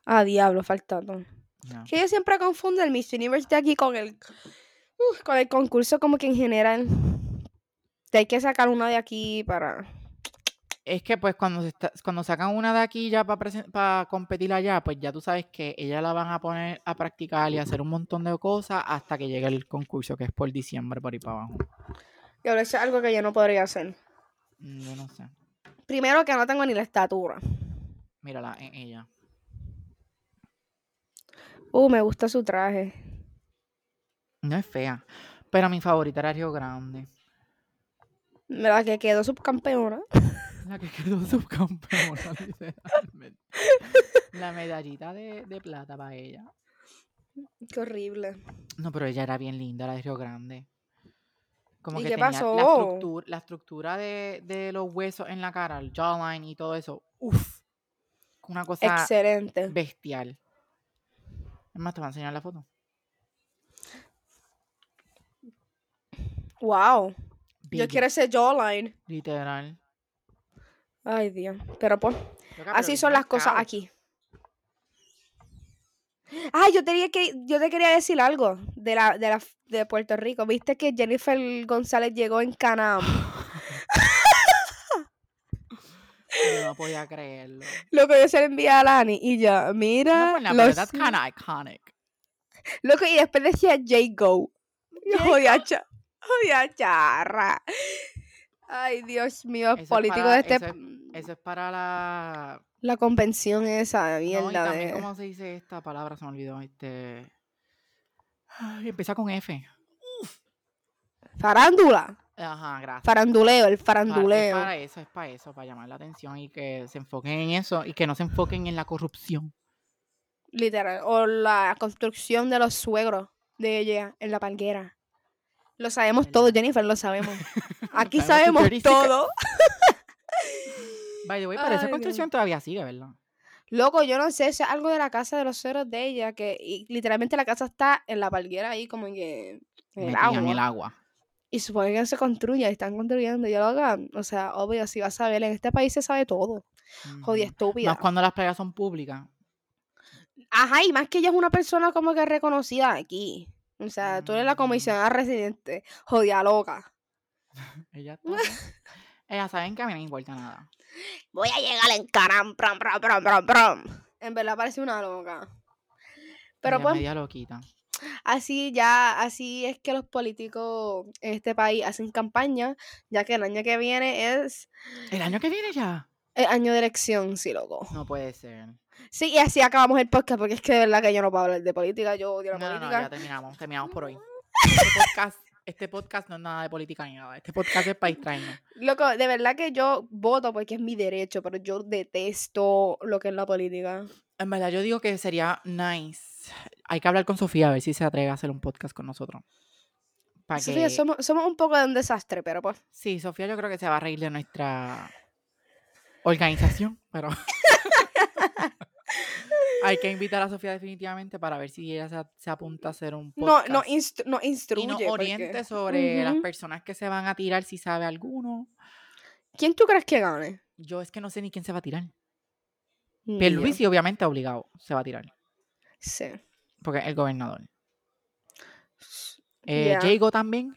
[SPEAKER 1] Ah, diablo, faltando.
[SPEAKER 2] Ya.
[SPEAKER 1] Que yo siempre confundo el Miss Universe de aquí con el. uh, con el concurso, como que en general. Te hay que sacar una de aquí para.
[SPEAKER 2] Es que pues cuando, se está- cuando sacan una de aquí ya para competir allá, pues ya tú sabes que ella la van a poner a practicar y a hacer un montón de cosas hasta que llegue el concurso, que es por diciembre, por ahí para abajo.
[SPEAKER 1] Diablo, eso es algo que yo no podría hacer.
[SPEAKER 2] Mm, Yo no sé.
[SPEAKER 1] Primero que no tengo ni la estatura.
[SPEAKER 2] Mírala en ella.
[SPEAKER 1] Uh, me gusta su traje.
[SPEAKER 2] No es fea. Pero mi favorita era Río Grande.
[SPEAKER 1] La que quedó subcampeona.
[SPEAKER 2] La que quedó [LAUGHS] subcampeona, literalmente. La medallita de, de plata para ella.
[SPEAKER 1] Qué horrible.
[SPEAKER 2] No, pero ella era bien linda, la de Río Grande. Como
[SPEAKER 1] ¿Y
[SPEAKER 2] que
[SPEAKER 1] qué
[SPEAKER 2] tenía La
[SPEAKER 1] pasó?
[SPEAKER 2] estructura, la estructura de, de los huesos en la cara, el jawline y todo eso. Uf. Una cosa
[SPEAKER 1] Excelente.
[SPEAKER 2] bestial. Es más, te voy a enseñar la foto.
[SPEAKER 1] Wow.
[SPEAKER 2] Bella,
[SPEAKER 1] Yo quiero ese jawline.
[SPEAKER 2] Literal.
[SPEAKER 1] Ay, Dios. Pero pues,
[SPEAKER 2] Loca,
[SPEAKER 1] así
[SPEAKER 2] pero
[SPEAKER 1] son
[SPEAKER 2] bien
[SPEAKER 1] las cosas
[SPEAKER 2] marcado.
[SPEAKER 1] aquí. Ay, yo tenía que, yo te quería decir algo de la, de la de Puerto Rico. Viste que Jennifer González llegó en [GASPS] Canam.
[SPEAKER 2] Yo no podía [LAUGHS] creerlo.
[SPEAKER 1] Lo que yo se le envié a Lani y ya,
[SPEAKER 2] No,
[SPEAKER 1] mira.
[SPEAKER 2] pues nada,
[SPEAKER 1] los-
[SPEAKER 2] pero that's kinda iconic.
[SPEAKER 1] Loco, y después decía J-Go. Yo, Jodía, cha- jodía charra. Ay, Dios mío,
[SPEAKER 2] Eso es
[SPEAKER 1] político
[SPEAKER 2] para-
[SPEAKER 1] de este.
[SPEAKER 2] eso es- Eso es para la.
[SPEAKER 1] La convención esa
[SPEAKER 2] No, y
[SPEAKER 1] mierda
[SPEAKER 2] también,
[SPEAKER 1] de.
[SPEAKER 2] ¿cómo se dice esta palabra? Se me olvidó. Este. Ay, empieza con F.
[SPEAKER 1] Farándula.
[SPEAKER 2] Ajá, gracias.
[SPEAKER 1] Faranduleo, el
[SPEAKER 2] Para- es
[SPEAKER 1] faranduleo.
[SPEAKER 2] para eso, es para eso, para llamar la atención y que se enfoquen en eso y que no se enfoquen en la corrupción.
[SPEAKER 1] Literal. O la construcción de los suegros de ella en la palguera. Lo sabemos
[SPEAKER 2] ¿Verdad?
[SPEAKER 1] todo, Jennifer,
[SPEAKER 2] [LAUGHS]
[SPEAKER 1] lo sabemos. Aquí
[SPEAKER 2] Sabemos
[SPEAKER 1] sabemos
[SPEAKER 2] tu dirty secret.
[SPEAKER 1] todo.
[SPEAKER 2] By the way, pero
[SPEAKER 1] Ay,
[SPEAKER 2] esa
[SPEAKER 1] Dios.
[SPEAKER 2] construcción todavía sigue, ¿verdad?
[SPEAKER 1] Loco, yo no sé, eso es algo de la casa de los suegros de ella, que y literalmente la casa está en la palguera ahí como que en el
[SPEAKER 2] Metida en el
[SPEAKER 1] agua.
[SPEAKER 2] agua.
[SPEAKER 1] Y supone que se construya, están construyendo, y yo lo hagan. O sea, obvio, si vas a ver, en este país se sabe todo. Jodida
[SPEAKER 2] Ujú.
[SPEAKER 1] estúpida.
[SPEAKER 2] Más cuando las playas son públicas.
[SPEAKER 1] Ajá, y más que ella es una persona como que reconocida aquí. O sea, tú eres la
[SPEAKER 2] Mm.
[SPEAKER 1] comisionada residente, jodida loca.
[SPEAKER 2] Ella
[SPEAKER 1] [LAUGHS]
[SPEAKER 2] está- Ellas saben que a mí no me importa nada.
[SPEAKER 1] Voy a llegar en caram, pram, pram, pram, pram, pram. En verdad parece una loca. Pero
[SPEAKER 2] Ella
[SPEAKER 1] pues
[SPEAKER 2] media loquita.
[SPEAKER 1] así ya, así es que los políticos en este país hacen campaña, ya que el año que viene es
[SPEAKER 2] El año que viene ya.
[SPEAKER 1] el año de elección, sí, loco.
[SPEAKER 2] No puede ser.
[SPEAKER 1] Sí, y así acabamos el podcast, porque es que de verdad que yo no puedo hablar de política, yo odio
[SPEAKER 2] No,
[SPEAKER 1] la
[SPEAKER 2] no, no,
[SPEAKER 1] política.
[SPEAKER 2] ya terminamos, terminamos
[SPEAKER 1] Mm.
[SPEAKER 2] por hoy. Este podcast, este podcast no es nada de política ni nada. Este podcast es para distraernos.
[SPEAKER 1] Loco, de verdad que yo voto porque es mi derecho, pero yo detesto lo que es la política.
[SPEAKER 2] En verdad, yo digo que sería nice. Hay que hablar con Sofía a ver si se atreve a hacer un podcast con nosotros. Pa'
[SPEAKER 1] Sofía,
[SPEAKER 2] que-
[SPEAKER 1] somos, somos un poco de un desastre, pero pues.
[SPEAKER 2] Sí, Sofía yo creo que se va a reír de nuestra organización,
[SPEAKER 1] [LAUGHS]
[SPEAKER 2] pero... Hay que invitar a Sofía definitivamente para ver si ella se, a- se apunta a hacer un
[SPEAKER 1] No,
[SPEAKER 2] podcast.
[SPEAKER 1] no, instru- no instruye.
[SPEAKER 2] y nos
[SPEAKER 1] porque-
[SPEAKER 2] oriente sobre las
[SPEAKER 1] Ujú.
[SPEAKER 2] personas que se van a tirar, si sabe alguno.
[SPEAKER 1] ¿Quién tú crees que gane?
[SPEAKER 2] Yo es que no sé ni quién se va a tirar.
[SPEAKER 1] Ni
[SPEAKER 2] Pero
[SPEAKER 1] yo.
[SPEAKER 2] Luis, obviamente, obligado, se va a tirar.
[SPEAKER 1] Sí.
[SPEAKER 2] Porque es el gobernador. Eh,
[SPEAKER 1] Ya.
[SPEAKER 2] Jago también.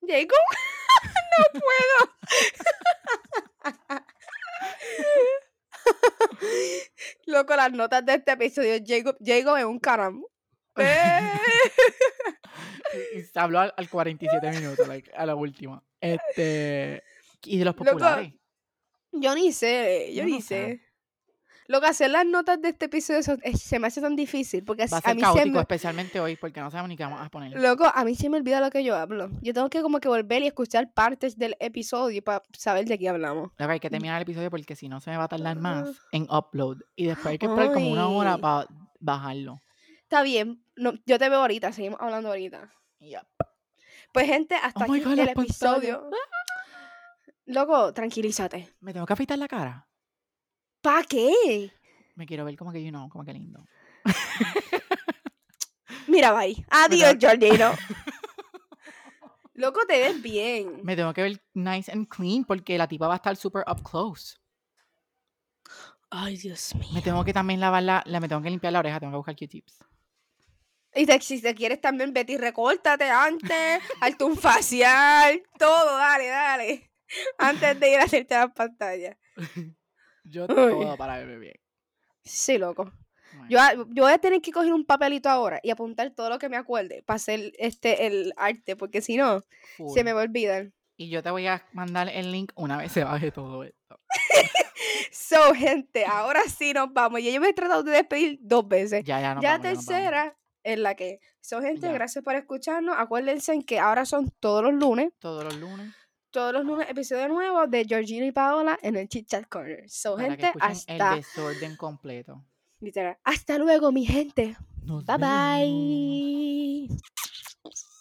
[SPEAKER 1] Jacob, [LAUGHS] no puedo. [LAUGHS] Loco, las notas de este episodio, Jacob, Jacob es un caramba. ¡Eh!
[SPEAKER 2] [LAUGHS] Y- y se habló al, al 47 minutos, like, a la última. Este. Y de los
[SPEAKER 1] Loco,
[SPEAKER 2] populares.
[SPEAKER 1] yo ni sé, yo
[SPEAKER 2] Yo no
[SPEAKER 1] ni
[SPEAKER 2] sé.
[SPEAKER 1] sé. Lo que hacer las notas de este episodio son- eh, se me hace tan difícil porque
[SPEAKER 2] va a
[SPEAKER 1] a,
[SPEAKER 2] ser
[SPEAKER 1] mí
[SPEAKER 2] caótico, este
[SPEAKER 1] se me,
[SPEAKER 2] especialmente hoy, porque no sabemos ni qué vamos a poner.
[SPEAKER 1] loco, a mí se me olvida lo que yo hablo. Yo tengo que como que volver y escuchar partes del episodio para saber de qué hablamos.
[SPEAKER 2] Loco, hay que terminar el episodio porque si no se me va a tardar más en upload. Y después hay que esperar como una hora
[SPEAKER 1] Ay.
[SPEAKER 2] para bajarlo.
[SPEAKER 1] Está bien, no, yo te veo ahorita, seguimos hablando ahorita.
[SPEAKER 2] Yep.
[SPEAKER 1] Pues gente, hasta
[SPEAKER 2] Oh my
[SPEAKER 1] aquí
[SPEAKER 2] God,
[SPEAKER 1] el
[SPEAKER 2] las pantallas.
[SPEAKER 1] episodio. Loco, tranquilízate.
[SPEAKER 2] Me tengo que afeitar la cara.
[SPEAKER 1] ¿Para qué?
[SPEAKER 2] Me quiero ver como que, you know, como que lindo.
[SPEAKER 1] Mira, bye. Adiós, Jordino. [LAUGHS] Loco, te ves bien.
[SPEAKER 2] Me tengo que ver nice and clean porque la tipa va a estar super up close.
[SPEAKER 1] Ay, Dios mío.
[SPEAKER 2] Me tengo que también lavar la, la- me tengo que limpiar la oreja, tengo que buscar Q-tips.
[SPEAKER 1] Y te- si te quieres también, Betty, recórtate antes. Hazte un facial. Todo, dale, dale. Antes de ir a hacerte las pantallas.
[SPEAKER 2] Yo
[SPEAKER 1] Ay.
[SPEAKER 2] todo para verme bien.
[SPEAKER 1] Sí, loco.
[SPEAKER 2] Bueno,
[SPEAKER 1] Yo, a- yo voy a tener que coger un papelito ahora y apuntar todo lo que me acuerde para hacer este, el arte, porque si no, se
[SPEAKER 2] full.
[SPEAKER 1] me va a olvidar.
[SPEAKER 2] Y yo te voy a mandar el link una vez se baje todo eh. esto.
[SPEAKER 1] So, gente, ahora sí nos vamos. Ya yo me he tratado de despedir dos veces.
[SPEAKER 2] Ya, ya no.
[SPEAKER 1] ya la tercera es la que. So, gente,
[SPEAKER 2] Ya.
[SPEAKER 1] gracias por escucharnos. Acuérdense en que ahora son todos los lunes.
[SPEAKER 2] Todos los lunes.
[SPEAKER 1] Todos los lunes, episodio nuevo de Georgina y Paola en el Chit Chat Corner. So,
[SPEAKER 2] para que
[SPEAKER 1] gente,
[SPEAKER 2] escuchen
[SPEAKER 1] hasta.
[SPEAKER 2] el desorden completo.
[SPEAKER 1] Literal. Hasta luego, mi gente.
[SPEAKER 2] Nos
[SPEAKER 1] Bye
[SPEAKER 2] vemos.
[SPEAKER 1] bye.